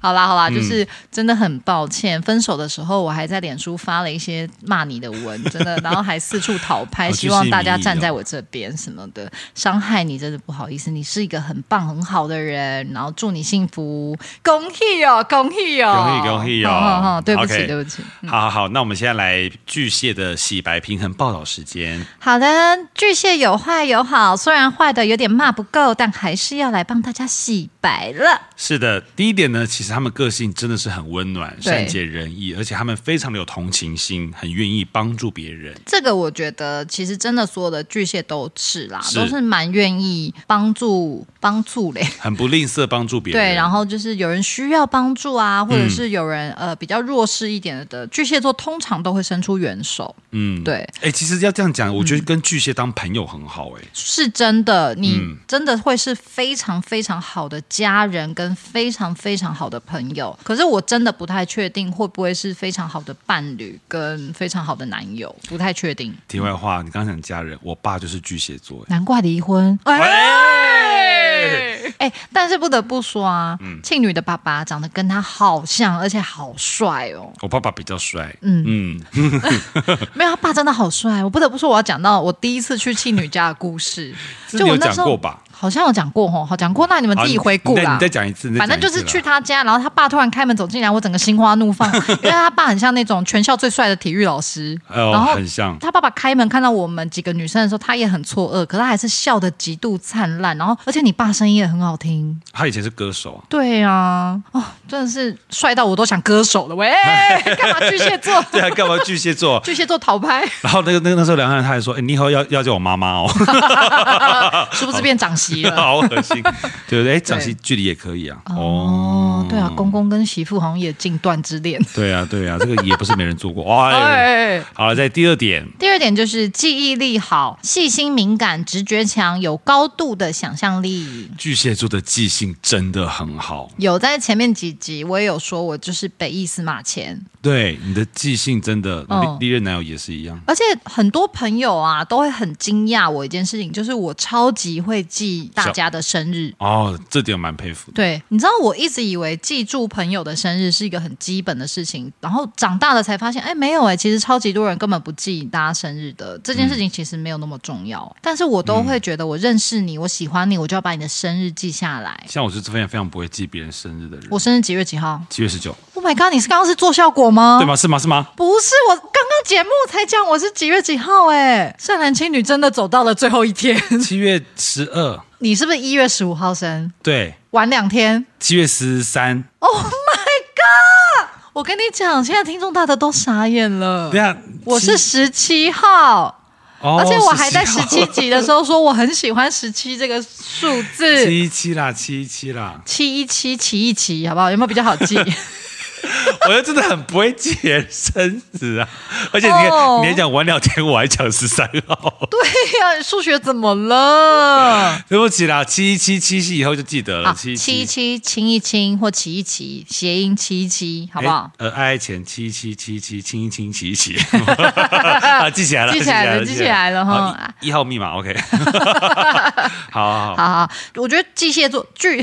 Speaker 2: 好啦好啦，就是真的很抱歉，分手的时候我还在脸书发了一些骂你 的文，真的，然后还四处讨拍，
Speaker 3: 哦
Speaker 2: 希望大家
Speaker 3: 巨蟹迷
Speaker 2: 站在
Speaker 3: 哦
Speaker 2: 我这边什么的，伤害你真的不好意思，你是一个很棒很好的人，然后祝你幸福，恭喜哦，恭喜哦，
Speaker 3: 恭喜恭 喜哦
Speaker 2: 哼哼哼对不起
Speaker 3: OK
Speaker 2: 对不起，嗯
Speaker 3: 好好好，那我们现在来巨蟹的洗白平衡报道时间。
Speaker 2: 好的，巨蟹有坏有好，虽然坏的有点骂不够，但还是要来帮大家洗白了。
Speaker 3: 是的，第一点呢，其实他们个性真的是很温暖、
Speaker 2: 对
Speaker 3: 善解人意，而且他们非常的有同情心，很愿意帮助别人。
Speaker 2: 这个我觉得其实真的所有的巨蟹都是啦，
Speaker 3: 是
Speaker 2: 都是蛮愿意帮助帮助嘞。
Speaker 3: 很不吝啬帮助别人，嗯
Speaker 2: 对，然后就是有人需要帮助啊，或者是有人、呃比较弱势一点的巨蟹座，通常都会伸出援手。
Speaker 3: 嗯，
Speaker 2: 对，
Speaker 3: 哎、其实要这样讲，我觉得跟巨蟹当朋友很好、哎、
Speaker 2: 是真的，
Speaker 3: 嗯
Speaker 2: 你真的会是非常非常好的家人跟非常非常好的朋友。可是我真的不太确定会不会是非常好的伴侣跟非常好的男友，不太确定。
Speaker 3: 题外话，你刚刚讲家人，我爸就是巨蟹座、
Speaker 2: 难怪离婚。哎、
Speaker 3: 哎、
Speaker 2: 哎但是不得不说啊，
Speaker 3: 嗯
Speaker 2: 庆女的爸爸长得跟他好像，而且好帅哦。
Speaker 3: 我爸爸比较帅，
Speaker 2: 嗯
Speaker 3: 嗯，
Speaker 2: 没有，他爸真的好帅。我不得不说，我要讲到我第一次去庆女家的 故事。
Speaker 3: 这
Speaker 2: 就
Speaker 3: 你
Speaker 2: 我
Speaker 3: 有
Speaker 2: 那时
Speaker 3: 讲
Speaker 2: 候
Speaker 3: 过吧？
Speaker 2: 好像有讲过吼，好讲过。那你们
Speaker 3: 好
Speaker 2: 自
Speaker 3: 啊你
Speaker 2: 己回顾
Speaker 3: 你再
Speaker 2: 啦。
Speaker 3: 你再讲一次，你再
Speaker 2: 反正
Speaker 3: 讲一
Speaker 2: 就
Speaker 3: 次
Speaker 2: 是
Speaker 3: 啦
Speaker 2: 去他家，然后他爸突然开门走进来，我整个心花 怒放，因为他爸很像那种全校最帅的体育老师。
Speaker 3: 哦
Speaker 2: 然后
Speaker 3: 很像
Speaker 2: 他爸爸开门看到我们几个女生的时候，他也很错愕，可他还是笑得极度灿烂。然后，而且你爸声音也很好听。
Speaker 3: 他以前是歌手，
Speaker 2: 对啊，哦，真的是帅到我都想割手 了喂！干嘛巨蟹座？？
Speaker 3: 对啊，干嘛巨蟹座
Speaker 2: 巨蟹座逃拍，
Speaker 3: 然后那个那个那时候梁汉他还说，哎、你以后要要叫我妈妈 哦，
Speaker 2: 是不是变长媳了？
Speaker 3: 好恶心，对不对？哎，长期距离也可以啊，
Speaker 2: 哦
Speaker 3: 哦，，
Speaker 2: 对啊，公公跟媳妇好像也禁断之恋。
Speaker 3: 对啊，对啊，这个也不是没人做过，哎。
Speaker 2: 哎，
Speaker 3: 好了，在第二点，
Speaker 2: 第二点就是记忆力好、细心、敏感、直觉强，有高度的想象力。
Speaker 3: 巨蟹座的记性真的很好，
Speaker 2: 有在前面几集我也有说，我就是北意司马迁，
Speaker 3: 对你的记性真的，
Speaker 2: 嗯
Speaker 3: 历历任男友也是一样。
Speaker 2: 而且很多朋友啊都会很惊讶我一件事情，就是我超级会记大家的生日。
Speaker 3: 哦，这点我蛮佩服的。
Speaker 2: 对，你知道我一直以为记住朋友的生日是一个很基本的事情，然后长大了才发现，哎，没有哎、其实超级多人根本不记大家生日的这件事情，其实没有那么重要。但是我都会觉得，我认识你，我喜欢你，我就要把你的生日记下来。
Speaker 3: 像我是非常非常不会记别人生日的人，
Speaker 2: 我生日几月几号
Speaker 3: 七月十九，
Speaker 2: ？Oh my god！你是刚刚是做效果吗？
Speaker 3: 对？吗？是吗？是吗？
Speaker 2: 不是，我刚刚节目才讲我是几月几号哎、善男信女真的走到了最后一天。
Speaker 3: 七月十二，
Speaker 2: 你是不是一月十五号生？
Speaker 3: 对，
Speaker 2: 晚两天。
Speaker 3: 七月十三。
Speaker 2: Oh my god！我跟你讲，现在听众大的都傻眼了
Speaker 3: 对。啊，
Speaker 2: 我是
Speaker 3: 七，
Speaker 2: 十七号，
Speaker 3: 哦
Speaker 2: 而且我还在十
Speaker 3: 17
Speaker 2: 七集的时候说我很喜欢十七这个数 字，，
Speaker 3: 七一七啦，七一七啦
Speaker 2: 七一七七一七，好不好？有没有比较好记？
Speaker 3: 我又真的很不会记人生日啊！而且你看
Speaker 2: 哦
Speaker 3: 你还讲晚两天，我还讲十三号，
Speaker 2: 对呀、数学怎么了？
Speaker 3: 对不起啦，七一七七夕以后就记得了，
Speaker 2: 好，
Speaker 3: 七
Speaker 2: 七
Speaker 3: 一
Speaker 2: 一七亲一亲或骑一骑，谐音七一七，好不好？
Speaker 3: 哎呃，爱爱前七七七七亲一亲骑一 骑，啊，记起来了，
Speaker 2: 记起来了记起来了哈
Speaker 3: 好一一号密码 OK，好好好，
Speaker 2: 好好，我觉得巨蟹座巨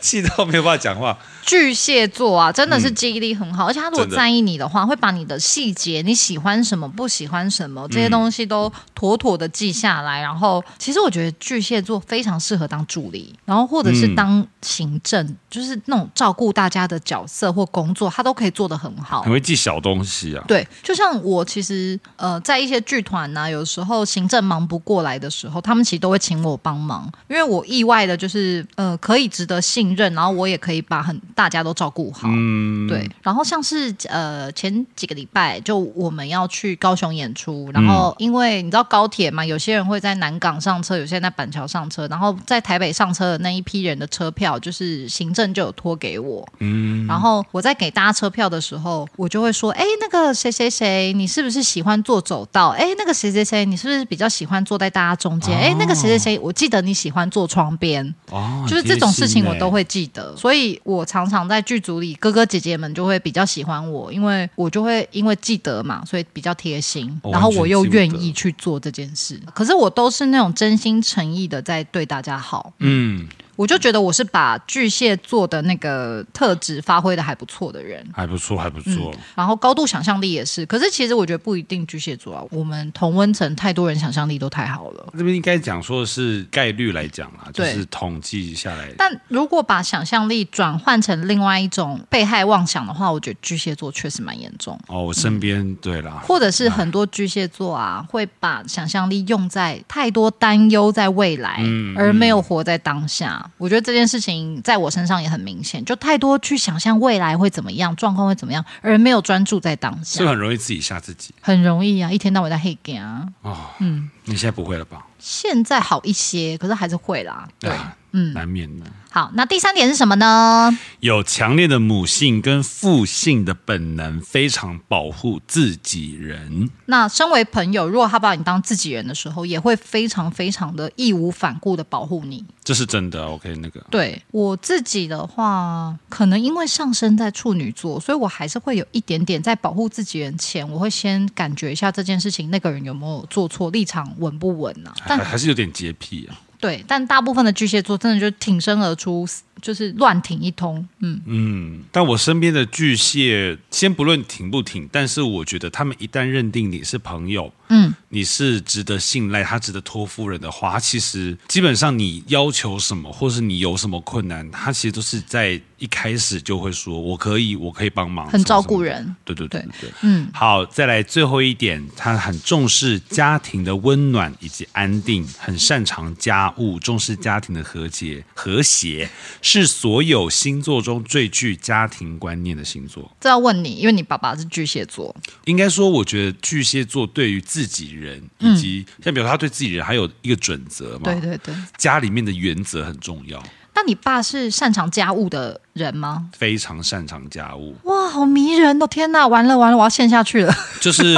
Speaker 3: 气到没有办法讲话，
Speaker 2: 巨蟹座啊，真的是记忆力很好，而且他如果
Speaker 3: 嗯真的
Speaker 2: 在意你的话，会把你的细节、你喜欢什么、不喜欢什么这
Speaker 3: 嗯
Speaker 2: 些东西都妥妥的记下来。然后，其实我觉得巨蟹座非常适合当助理，然后或者
Speaker 3: 嗯
Speaker 2: 是当行政，就是那种照顾大家的角色或工作，他都可以做得很好
Speaker 3: 很。会记小东西啊。
Speaker 2: 对，就像我其实呃，在一些剧团呢、有时候行政忙不过来的时候，他们其实都会请我帮忙，因为我意外的就是呃，可以值得信任，然后我也可以把很大家都照顾好。嗯，
Speaker 3: 嗯，
Speaker 2: 对，然后像是呃前几个礼拜就我们要去高雄演出，然后因为你知道高铁嘛，有些人会在南港上车，有些人在板桥上车，然后在台北上车的那一批人的车票，就是行政就有托给我，嗯，然后我在给大家车票的时候，我就会说，哎，那个谁谁谁，你是不是喜欢坐走道？哎，那个谁谁谁，你是不是比较喜欢坐在大家中间？哎、那个谁谁谁，我记得你喜欢坐窗边，
Speaker 3: 哦，
Speaker 2: 就是这种事情我都
Speaker 3: 会。
Speaker 2: 会记得，所以我常常在剧组里，哥哥姐姐们就会比较喜欢我，因为我就会因为记得嘛，所以比较贴心，
Speaker 3: 哦
Speaker 2: 然后我又
Speaker 3: 完全
Speaker 2: 愿
Speaker 3: 记不得
Speaker 2: 意去做这件事。可是我都是那种真心诚意的在对大家好，
Speaker 3: 嗯，
Speaker 2: 我就觉得我是把巨蟹座的那个特质发挥的还不错的人。
Speaker 3: 还不错，还不错。
Speaker 2: 然后高度想象力也是，可是其实我觉得不一定巨蟹座啊，我们同温层太多人想象力都太好了。
Speaker 3: 这边应该讲说是概率来讲啦，就
Speaker 2: 对
Speaker 3: 是统计下来，
Speaker 2: 但如果把想象力转换成另外一种被害妄想的话，我觉得巨蟹座确实蛮严重，
Speaker 3: 哦，我身边对啦，
Speaker 2: 或者是很多巨蟹座啊，会把想象力用在太多担忧在未来，
Speaker 3: 嗯
Speaker 2: 而没有活在当下。我觉得这件事情在我身上也很明显，就太多去想象未来会怎么样，状况会怎么样，而没有专注在当
Speaker 3: 是不是
Speaker 2: 下，
Speaker 3: 很容易自己吓自己
Speaker 2: 很容易啊，一天到晚在黑干啊。
Speaker 3: 哦。嗯，你现在不会了吧？
Speaker 2: 现在好一些，可是还是会啦。对，
Speaker 3: 啊，嗯，难免的。
Speaker 2: 好，那第三点是什么呢？
Speaker 3: 有强烈的母性跟父性的本能，非常保护自己人。
Speaker 2: 那身为朋友，如果他把你当自己人的时候，也会非常非常的义无反顾的保护你。
Speaker 3: 这是真的，OK，那个
Speaker 2: 对我自己的话，可能因为上升在处女座，所以我还是会有一点点在保护自己人前，我会先感觉一下这件事情那个人有没有做错，立场稳不稳 啊？
Speaker 3: 还
Speaker 2: 但
Speaker 3: 还是有点洁癖啊。
Speaker 2: 对，但大部分的巨蟹座真的就挺身而出，就是乱挺一通。嗯，
Speaker 3: 嗯，但我身边的巨蟹，先不论挺不挺，但是我觉得他们一旦认定你是朋友，嗯，你是值得信赖，他值得托付人的话，他其实基本上你要求什么，或是你有什么困难，他其实都是在一开始就会说，我可以，我可以帮忙，
Speaker 2: 很照顾
Speaker 3: 什么什么的。
Speaker 2: 人。
Speaker 3: 对对对
Speaker 2: 对
Speaker 3: 对，嗯，好，再来最后一点，他很重视家庭的温暖以及安定，很擅长家务，重视家庭的和谐，和谐是所有星座中最具家庭观念的星座。
Speaker 2: 这要问你，因为你爸爸是巨蟹座，
Speaker 3: 应该说，我觉得巨蟹座对于自己人以及、像比如他对自己人还有一个准则嘛，
Speaker 2: 对对对。
Speaker 3: 家里面的原则很重要，
Speaker 2: 那你爸是擅长家务的人吗？
Speaker 3: 非常擅长家务。
Speaker 2: 哇，好迷人哦！天哪，完了完了，我要陷下去了，
Speaker 3: 就是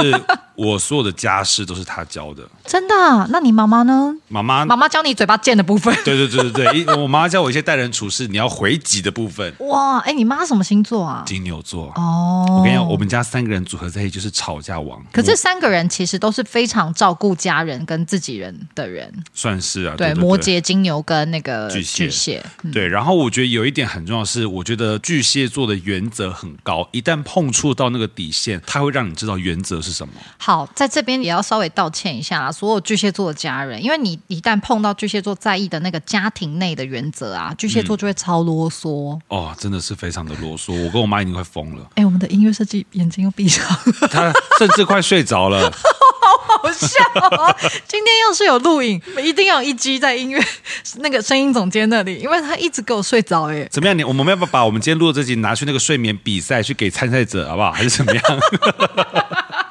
Speaker 3: 我所有的家事都是他教的。
Speaker 2: 真的啊、那你妈妈呢？
Speaker 3: 妈妈，
Speaker 2: 妈妈教你嘴巴贱的部分。
Speaker 3: 嗯 对对对对对，一我妈教我一些待人处事，你要回击的部分。
Speaker 2: 哇，哎，你妈什么星座啊？
Speaker 3: 金牛座，
Speaker 2: 哦，
Speaker 3: 我跟你讲，我们家三个人组合在一起就是吵架王。嗯
Speaker 2: 可
Speaker 3: 我
Speaker 2: 这三个人其实都是非常照顾家人跟自己人的人，
Speaker 3: 算是啊，
Speaker 2: 对，
Speaker 3: 对对
Speaker 2: 摩。羯、嗯金牛跟那个
Speaker 3: 巨蟹
Speaker 2: 蟹，
Speaker 3: 对，然后我觉得有一点很重要的是，我觉得巨蟹座的原则很高，一旦碰触到那个底线，它会让你知道原则是什么。
Speaker 2: 好，在这边也要稍微道歉一下啦，所有巨蟹座的家人，因为你一旦碰到巨蟹座在意的那个家庭内的原则啊，巨
Speaker 3: 嗯
Speaker 2: 蟹座就会超啰嗦。
Speaker 3: 哦，真的是非常的啰嗦，我跟我妈已经快疯了，
Speaker 2: 哎、我们的音乐设计眼睛又闭上了。
Speaker 3: 她甚至快睡着了。
Speaker 2: 好笑、哦！今天要是有录影，一定要有一击在音乐那个声音总监那里，因为他一直给我睡着哎耶。
Speaker 3: 怎么样？你我们要不要把我们今天录的这集拿去那个睡眠比赛去给参赛者，好不好？还是怎 么样？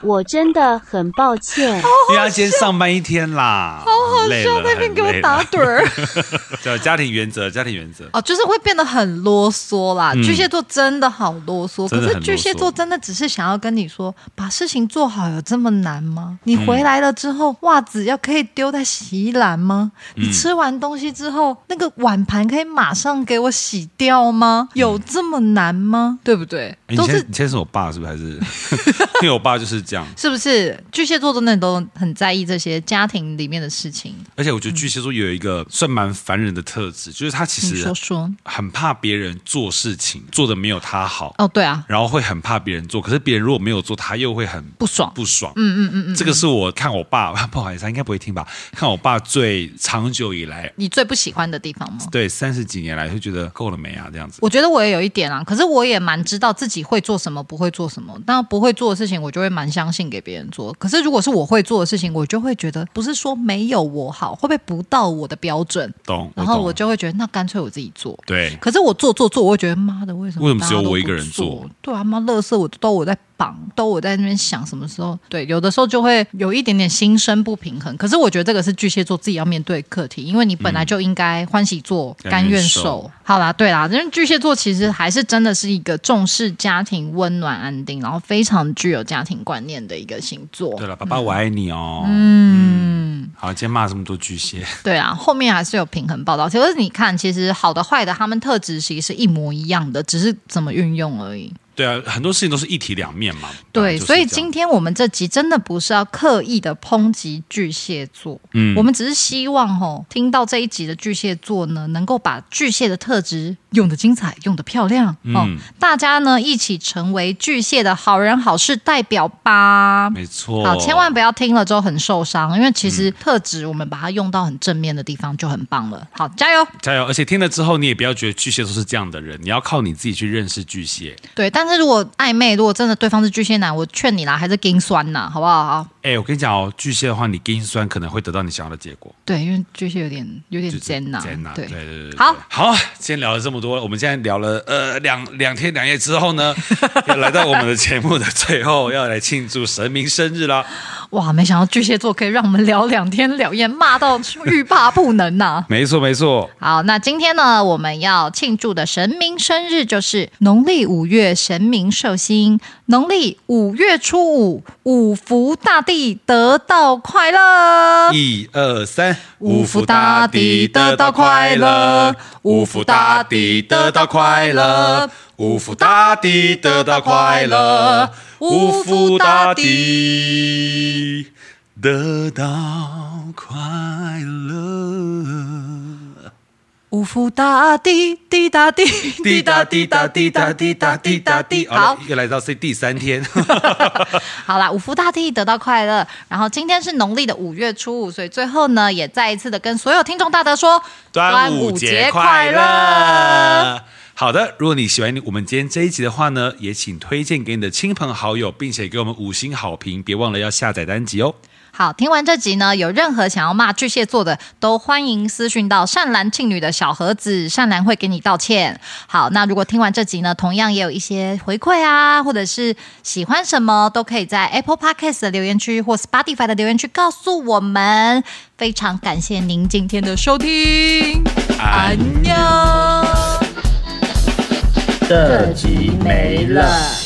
Speaker 4: 我真的很抱歉。
Speaker 3: 因为他今天上班一天啦，好
Speaker 2: 好笑，那边给我打盹儿
Speaker 3: 叫家庭原则，家庭原则。
Speaker 2: 哦，就是会变得很啰嗦啦。巨蟹座真的好啰嗦，
Speaker 3: 嗯真的
Speaker 2: 可
Speaker 3: 很
Speaker 2: 是巨蟹座真的只是想要跟你说，把事情做好有这么难
Speaker 3: 嗯
Speaker 2: 吗？你回来了之后，袜子要可以丢在洗衣篮吗？
Speaker 3: 嗯
Speaker 2: 你吃完东西之后，那个碗盘可以马上给我洗掉吗？有这么难吗？对不对
Speaker 3: 哎？你
Speaker 2: 都
Speaker 3: 现在
Speaker 2: 是
Speaker 3: 你现在是我爸是不是？还 是因为我爸就是这样，
Speaker 2: 是不是？巨蟹座真的都很在意这些家庭里面的事情。
Speaker 3: 而且我觉得巨蟹座有一个算蛮烦人的特质，就是啊他其
Speaker 2: 嗯你
Speaker 3: 实
Speaker 2: 说说。
Speaker 3: 很怕别人做事情做的没有他好，
Speaker 2: 哦，对啊，
Speaker 3: 然后会很怕别人做，可是别人如果没有做，他又会很
Speaker 2: 不爽。
Speaker 3: 不爽。嗯嗯嗯嗯，这个是我看我爸， 不好意思，他应该不会听吧？看我爸最长久以来，
Speaker 2: 你最不喜欢的地方吗？
Speaker 3: 对三十几年来，就觉得够了没啊？这样子。
Speaker 2: 我觉得我也有一点啊，可是我也蛮知道自己会做什么，不会做什么。那不会做的事情，我就会蛮相信给别人做。可是如果是我会做的事情，我就会觉得不是说没有我好，会不会不到我的标准？
Speaker 3: 懂
Speaker 2: 然后
Speaker 3: 我懂
Speaker 2: 我就会觉得那干脆我自己做。
Speaker 3: 对，
Speaker 2: 可是我做做做，我会觉得妈的，为什么
Speaker 3: 为什么
Speaker 2: 大家
Speaker 3: 只有
Speaker 2: 都
Speaker 3: 我一
Speaker 2: 不
Speaker 3: 个人
Speaker 2: 做
Speaker 3: 做？嗯
Speaker 2: 对啊，妈，乐色我都我在绑，都我在那边想什么时候？对，有的时候就会有一点点心生不平衡。可是我觉得这个是巨蟹座自己要面对的课题，因为你本来就应该欢喜做，
Speaker 3: 甘
Speaker 2: 甘
Speaker 3: 愿
Speaker 2: 愿
Speaker 3: 受
Speaker 2: 受。好啦，对啦，因为巨蟹座其实还是真的是一个重视家庭温暖安定，然后非常具有家庭观念的一个星座。
Speaker 3: 对了，爸爸我爱你哦。
Speaker 2: 嗯，
Speaker 3: 好，今天骂了这么多巨蟹，
Speaker 2: 对啊，后面还是有平衡报道。可是你看，其实好的坏的，他们特质其实是一模一样的，只是怎么运用而已。
Speaker 3: 对啊，很多事情都是一体两面嘛。本来
Speaker 2: 对，
Speaker 3: 就是
Speaker 2: 所以
Speaker 3: 这样
Speaker 2: 今天我们这集真的不是要刻意的抨击巨蟹座，
Speaker 3: 嗯
Speaker 2: 我们只是希望哦，听到这一集的巨蟹座呢，能够把巨蟹的特质用的精彩，用的漂亮哦，
Speaker 3: 嗯
Speaker 2: 大家呢一起成为巨蟹的好人好事代表吧。
Speaker 3: 没错，嗯
Speaker 2: 好，千万不要听了之后很受伤，因为其实特质我们把它用到很正面的地方就很棒了。好，加油！
Speaker 3: 加油！而且听了之后，你也不要觉得巨蟹都是这样的人，你要靠你自己去认识巨蟹。
Speaker 2: 对，但是如果暧昧，如果真的对方是巨蟹男，我劝你啦，还是金酸呐，好不好？好
Speaker 3: 哎，我跟你讲哦，巨蟹的话，你硬酸可能会得到你想要的结果。
Speaker 2: 对，因为巨蟹有点有点
Speaker 3: 就是
Speaker 2: 艰难，
Speaker 3: 艰难，对对
Speaker 2: 对。
Speaker 3: 对对。
Speaker 2: 好
Speaker 3: 对好，今天聊了这么多，我们现在聊了呃两两天两夜之后呢， 要来到我们的节目的最后，要来庆祝神明生日啦。
Speaker 2: 哇，没想到巨蟹座可以让我们聊两天两夜，骂到欲罢不能呐、
Speaker 3: 没错没错，
Speaker 2: 好，那今天呢，我们要庆祝的神明生日就是农历五月神明寿星，农历五月初五，五福大地得到快 乐。
Speaker 3: 一二三，
Speaker 2: 五福大地得到快乐五福大地得到快乐，
Speaker 3: 五福大地得
Speaker 2: 到快乐五福大
Speaker 3: 地得到快乐。
Speaker 2: 五福大地，滴答滴，
Speaker 3: 滴答滴答滴答滴答滴答滴，
Speaker 2: 好
Speaker 3: 了，，又来到这第三天，
Speaker 2: 好啦，五福大帝得到快乐。然后今天是农历的五月初五，所以最后呢，也再一次的跟所有听众大德说端午节快！
Speaker 3: 好的，如果你喜欢我们今天这一集的话呢，也请推荐给你的亲朋好友，并且给我们五星好评，别忘了要下载单集哦。
Speaker 2: 好，听完这集呢，有任何想要骂巨蟹座的，都欢迎私讯到善兰庆女的小盒子，善兰会给你道歉。好，那如果听完这集呢，同样也有一些回馈啊，或者是喜欢什么，都可以在 Apple Podcast 的留言区或 Spotify 的留言区告诉我们。非常感谢您今天的收听，安妞。
Speaker 5: 这集没了。